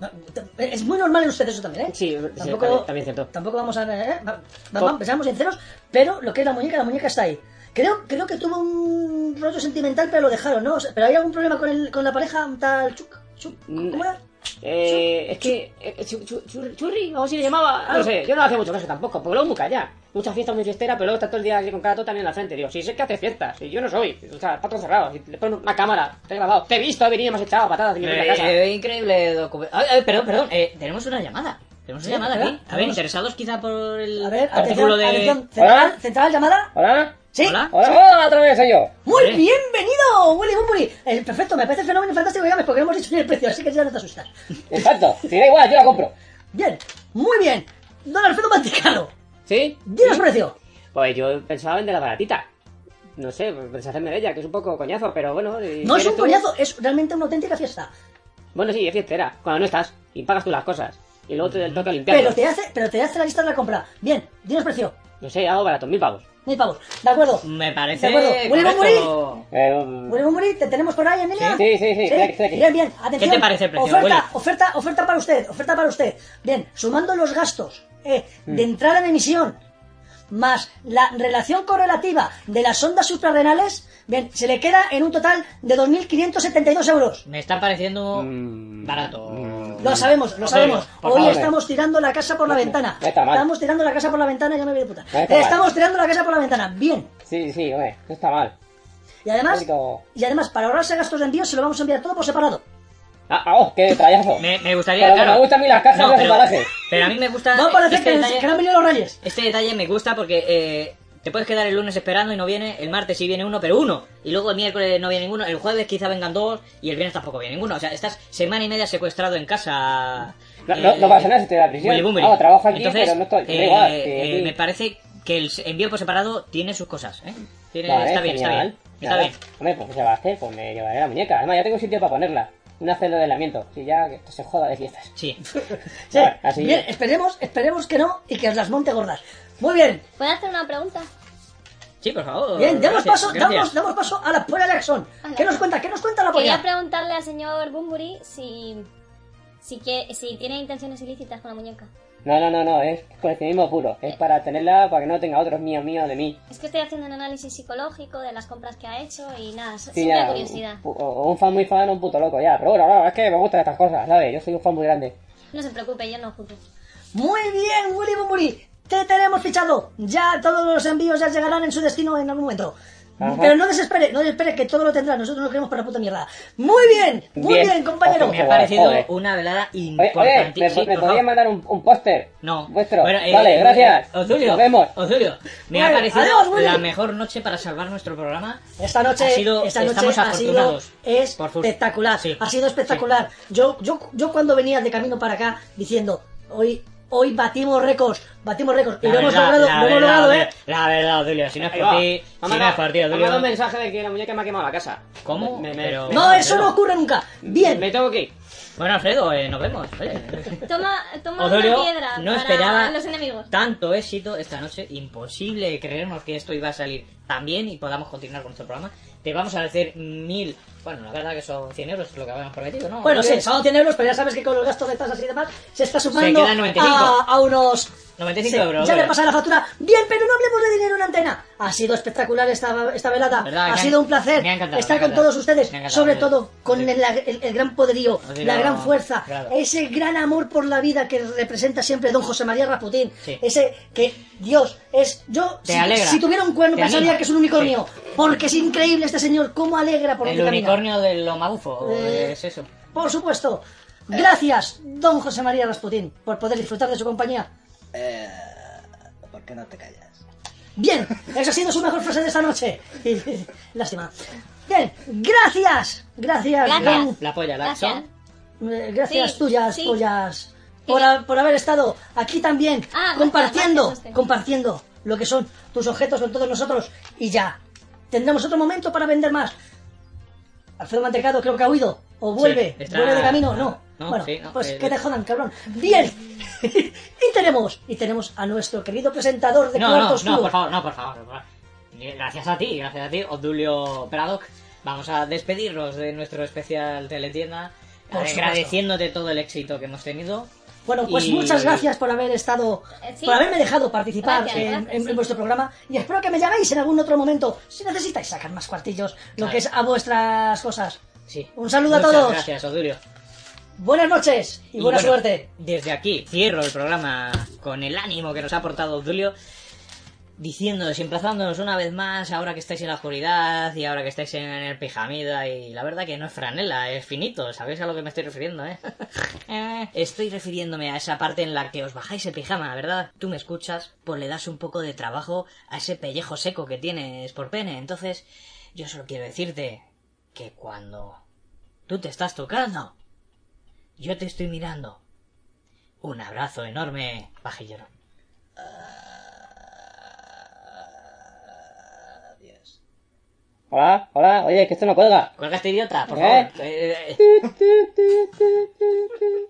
D: No, Es muy normal en ustedes eso también, ¿eh?
G: Sí, sí, también- también cierto.
D: Tampoco vamos a... eh, eh, va- vamos, seamos sinceros, pero lo que es la muñeca, la muñeca está ahí. Creo, creo que tuvo un rollo sentimental, pero lo dejaron, ¿no? O sea, ¿Pero hay algún problema con, el, con la pareja un tal Chuk? Chuk
G: Mm,
D: ¿Cómo era?
G: Eh, es que. eh, chu- chu- chur- churri, o si le llamaba. ah, No sé, yo no hacía mucho caso tampoco, porque luego nunca ya. Muchas fiestas muy fiesteras, pero luego está todo el día aquí con cada tota también en la frente. Digo, si sé que hace fiestas, y yo no soy. O sea, patrón cerrado, si le ponen una cámara, te he grabado, te he visto, he venido, me has echado a patadas en mi propia
C: Eh,
G: casa.
C: eh, increíble documento. Ay, ay, perdón, perdón, eh, tenemos una llamada. Tenemos una
D: Sí,
G: ¿eh?
C: llamada
D: ¿verdad?
C: aquí. A ver,
D: Vamos.
C: interesados quizá por el
D: A ver,
C: artículo
D: atención,
C: de.
D: atención.
G: ¿Hola?
D: Central, central, llamada.
G: ¿Hola?
D: Sí.
C: Hola.
G: ¿Hola? ¡Hola, otra vez soy yo!
D: Muy
C: Hombre.
D: bienvenido, Willy Bumburi. Eh, perfecto, me parece el fenómeno fantástico que llames porque no hemos dicho ni el precio, así que ya no te asustas.
G: Exacto, si da igual, yo la compro.
D: Bien, muy bien. Don Alfredo Manticano,
G: ¿Sí?
D: dinos precio.
G: Pues yo pensaba vender la baratita. No sé, pues, deshacerme de ella, que es un poco coñazo, pero bueno. y-
D: No es
G: ¿quieres
D: un
G: tú?
D: coñazo, es realmente una auténtica fiesta.
G: Bueno, sí, es fiestera, cuando no estás, y pagas tú las cosas. Y luego te toca limpiarlo.
D: Pero te hace, pero te hace la lista de la compra. Bien, dinos precio.
G: No sé, hago barato, mil pavos.
D: Mil pavos. De acuerdo.
C: Me
D: De
C: parece.
D: acuerdo. Willy
C: correcto.
G: Eh, mm,
D: Willy Bumburi, ¿te tenemos por ahí, Emilia?
G: Sí, sí, sí, sí, estoy aquí, estoy aquí.
D: Bien, bien. Atención.
C: ¿Qué te parece el precio,
D: Oferta,
C: Willy?
D: oferta, oferta para usted, oferta para usted. Bien, sumando los gastos eh, de
G: Mm.
D: entrada en emisión más la relación correlativa de las ondas suprarrenales, bien, se le queda en un total de 2.572 euros.
C: Me está pareciendo
G: Mm.
C: barato.
D: Lo sabemos, lo
C: Por
D: sabemos.
C: favor, por
D: Hoy
G: favor.
D: estamos tirando la casa por la
G: No,
D: ventana.
G: no está mal.
D: Estamos tirando la casa por la ventana, ya me voy de puta.
G: No está mal.
D: Estamos tirando la casa por la ventana. Bien.
G: Sí, sí, hombre, no está mal.
D: Y además,
G: Rico.
D: y además, para ahorrarse gastos de envío, se lo vamos a enviar todo por separado.
G: Ah, ah, oh, qué detallazo.
C: Me, me gustaría.
G: Pero
C: claro.
G: me gustan a mí las cajas
C: No,
G: de los
C: pero,
G: embalajes.
C: pero a mí me gusta.
D: Va a parecer
C: este
D: que,
C: detalle-
D: que han venido los reyes.
C: Este detalle me gusta porque eh, te puedes quedar el lunes esperando y no viene, el martes sí viene uno, pero uno. Y luego el miércoles no viene ninguno, el jueves quizá vengan dos y el viernes tampoco viene ninguno. O sea, estás semana y media secuestrado en casa.
G: No, no, no pasa nada si estoy en la prisión.
C: Willy Boomery.
G: Ah, trabajo aquí,
C: eh, Entonces,
G: pero no estoy- da
C: eh,
G: igual, sí,
C: eh,
G: sí.
C: Me parece que el envío por separado tiene sus cosas, ¿eh? Tiene-
G: Vale,
C: está bien,
G: genial.
C: está bien. Está
G: Nada.
C: bien.
G: Hombre, pues se va a hacer, pues me llevaré la muñeca. Además, ya tengo sitio para ponerla. Una celda de aislamiento. Si ya que esto se joda de fiestas.
C: Sí.
D: Sí.
G: Bueno, Ah, así-
D: Bien, esperemos, esperemos que no y que os las monte gordas. Muy bien,
F: ¿Puedo hacer una pregunta?
C: Sí, por favor.
D: bien, damos
C: gracias,
D: paso,
C: gracias.
D: damos, damos paso a la polla Jackson.
F: Hola.
D: ¿Qué nos cuenta? ¿Qué nos cuenta la
F: Quería
D: polla?
F: preguntarle al señor Bumburi si, si, que, si tiene intenciones ilícitas con la muñeca.
G: No, no, no, no, es coleccionismo puro. Es para tenerla para que no tenga otros míos, míos de mí.
F: Es que estoy haciendo un análisis psicológico de las compras que ha hecho y nada, es
G: Sí,
F: simple
G: ya,
F: curiosidad.
G: O, o un fan muy fan o un puto loco, ya. Pero bueno, no, es que me gustan estas cosas, ¿sabes? Yo soy un fan muy grande.
F: No se preocupe, yo no juzgo.
D: Muy bien, Willy Bumburi. Te tenemos fichado. Ya todos los envíos ya llegarán en su destino en algún momento.
G: Ajá.
D: Pero no desespere, no desespere que todo lo tendrá. Nosotros no queremos para la puta mierda. Muy bien, muy
G: Bien.
D: bien, compañero.
G: Ojo,
C: Me ha parecido
G: Joder.
C: una velada
G: Oye, oye,
C: importantísima.
G: ¿me,
C: Sí,
G: me
C: por
G: podrías
C: favor.
G: mandar un, un póster?
C: No.
G: Vuestro.
C: Bueno, eh,
G: vale,
C: eh,
G: gracias.
C: Ozulio,
G: Nos vemos.
C: Ozulio, me
D: Bueno,
C: ha parecido
D: adiós, Willy.
C: la mejor noche para salvar nuestro programa.
D: Esta noche,
C: Ha sido-
D: esta noche
C: estamos
D: ha sido
C: afortunados. Por sus-
D: espectacular.
C: Sí.
D: Ha sido espectacular. Yo, yo, yo cuando venía de camino para acá diciendo hoy, hoy batimos récords, batimos récords. Y lo hemos
C: verdad,
D: logrado,
C: la
D: lo hemos
C: verdad,
D: logrado,
C: Ozulio,
D: eh.
C: La verdad, Ozulio, si no es
G: Ahí
C: por ti,
G: va. Ha
C: si no es
G: mandado-
C: por ti,
G: ha mandado un
C: Ozulio.
G: mensaje de que la muñeca me ha quemado la casa.
C: ¿Cómo?
G: Me- me-
C: Pero-
G: me-
D: No,
C: Alfredo.
D: eso no ocurre nunca.
G: Me
D: Bien.
G: tengo que ir.
C: Bueno, Alfredo, eh, nos vemos. oye.
F: Toma, toma una
C: Ozulio
F: piedra
C: no
F: para
C: esperaba
F: los enemigos.
C: tanto éxito esta noche. Imposible creernos que esto iba a salir tan bien y podamos continuar con nuestro programa. Te vamos a hacer mil... Bueno, la verdad que son 100 euros, es lo que habíamos prometido, ¿no?
D: Bueno,
C: Ozulio?
D: sí, son 100 euros, pero ya sabes que con los gastos de tasas y demás se está sumando
C: quedan 95.
D: a, a unos...
C: 95
D: Sí,
C: euros,
D: Ya le
C: ¿verdad?
D: pasa la factura. Bien, pero no hablemos de dinero en antena. Ha sido espectacular esta, esta velada.
C: ¿Verdad? Me
D: Ha
C: ha-
D: sido un placer
C: me ha encantado,
D: estar
C: me ha
D: con
C: encantado.
D: todos ustedes,
C: Me ha encantado,
D: sobre
C: Ozulio.
D: todo con
C: Ozulio.
D: el, el- el gran poderío,
C: Ozulio,
D: la gran fuerza,
C: claro.
D: ese gran amor por la vida que representa siempre don José María Raputín.
C: Sí.
D: Ese que, Dios, es... Yo,
C: Te
D: si,
C: alegra.
D: si tuviera un cuerno,
C: Te
D: pensaría
C: anima.
D: que es un unicornio.
C: Sí.
D: Porque es increíble este señor, cómo alegra por
C: El
D: donde camina.
C: unicornio del Lomagufo,
D: Eh.
C: es eso.
D: Por supuesto. Gracias, don José María Rasputín, por poder disfrutar de su compañía.
E: Eh, ¿Por qué no te callas?
D: Bien, esa ha sido su mejor frase de esta noche. Lástima. Bien, gracias. Gracias,
F: Gracias.
D: don-
C: La polla, la
F: Gracias.
C: son.
D: eh, gracias
F: Sí,
D: tuyas,
F: sí.
D: pollas, por, ha- por haber estado aquí también
F: Ah, gracias,
D: compartiendo,
F: gracias a usted.
D: compartiendo lo que son tus objetos con todos nosotros y ya. Tendremos otro momento para vender más. Alfredo Mantecado creo que ha huido o vuelve,
C: está-
D: vuelve de camino, no.
C: no,
D: bueno,
C: sí, no,
D: pues
C: eh,
D: que te jodan, cabrón. Bien. y tenemos y tenemos a nuestro querido presentador de
C: No, no,
D: Cuarto
C: no,
D: Oscuro.
C: por favor, no, por favor. por favor. Gracias a ti, gracias a ti, Odulio Pradoc. Vamos a despedirnos de nuestro especial teletienda,
D: Por supuesto.
C: agradeciéndote todo el éxito que hemos tenido.
D: Bueno, pues
C: Y-
D: muchas gracias por haber estado,
F: Eh, sí.
D: por haberme dejado participar
F: Gracias,
D: en,
F: gracias,
D: en- en
F: sí.
D: vuestro programa y espero que me llaméis en algún otro momento si necesitáis sacar más cuartillos, lo
C: Claro.
D: que es a vuestras cosas.
C: Sí.
D: Un saludo a
C: Muchas
D: todos.
C: Gracias, Odulio.
D: Buenas noches y, buena
C: bueno,
D: suerte.
C: Desde aquí cierro el programa con el ánimo que nos ha aportado Julio, diciéndonos y emplazándonos una vez más, ahora que estáis en la oscuridad y ahora que estáis en el pijamida, y la verdad que no es franela, es finito, sabéis a lo que me estoy refiriendo, ¿eh? Eh, estoy refiriéndome a esa parte en la que os bajáis el pijama, ¿verdad? Tú me escuchas, pues le das un poco de trabajo a ese pellejo seco que tienes por pene, entonces yo solo quiero decirte que cuando tú te estás tocando, yo te estoy mirando. Un abrazo enorme, pajillero.
E: Adiós.
G: Hola, hola, oye, que esto no cuelga.
C: Cuelga este idiota, por
G: ¿Eh?
C: favor. Eh, eh, eh.
G: Tu, tu, tu, tu, tu, tu.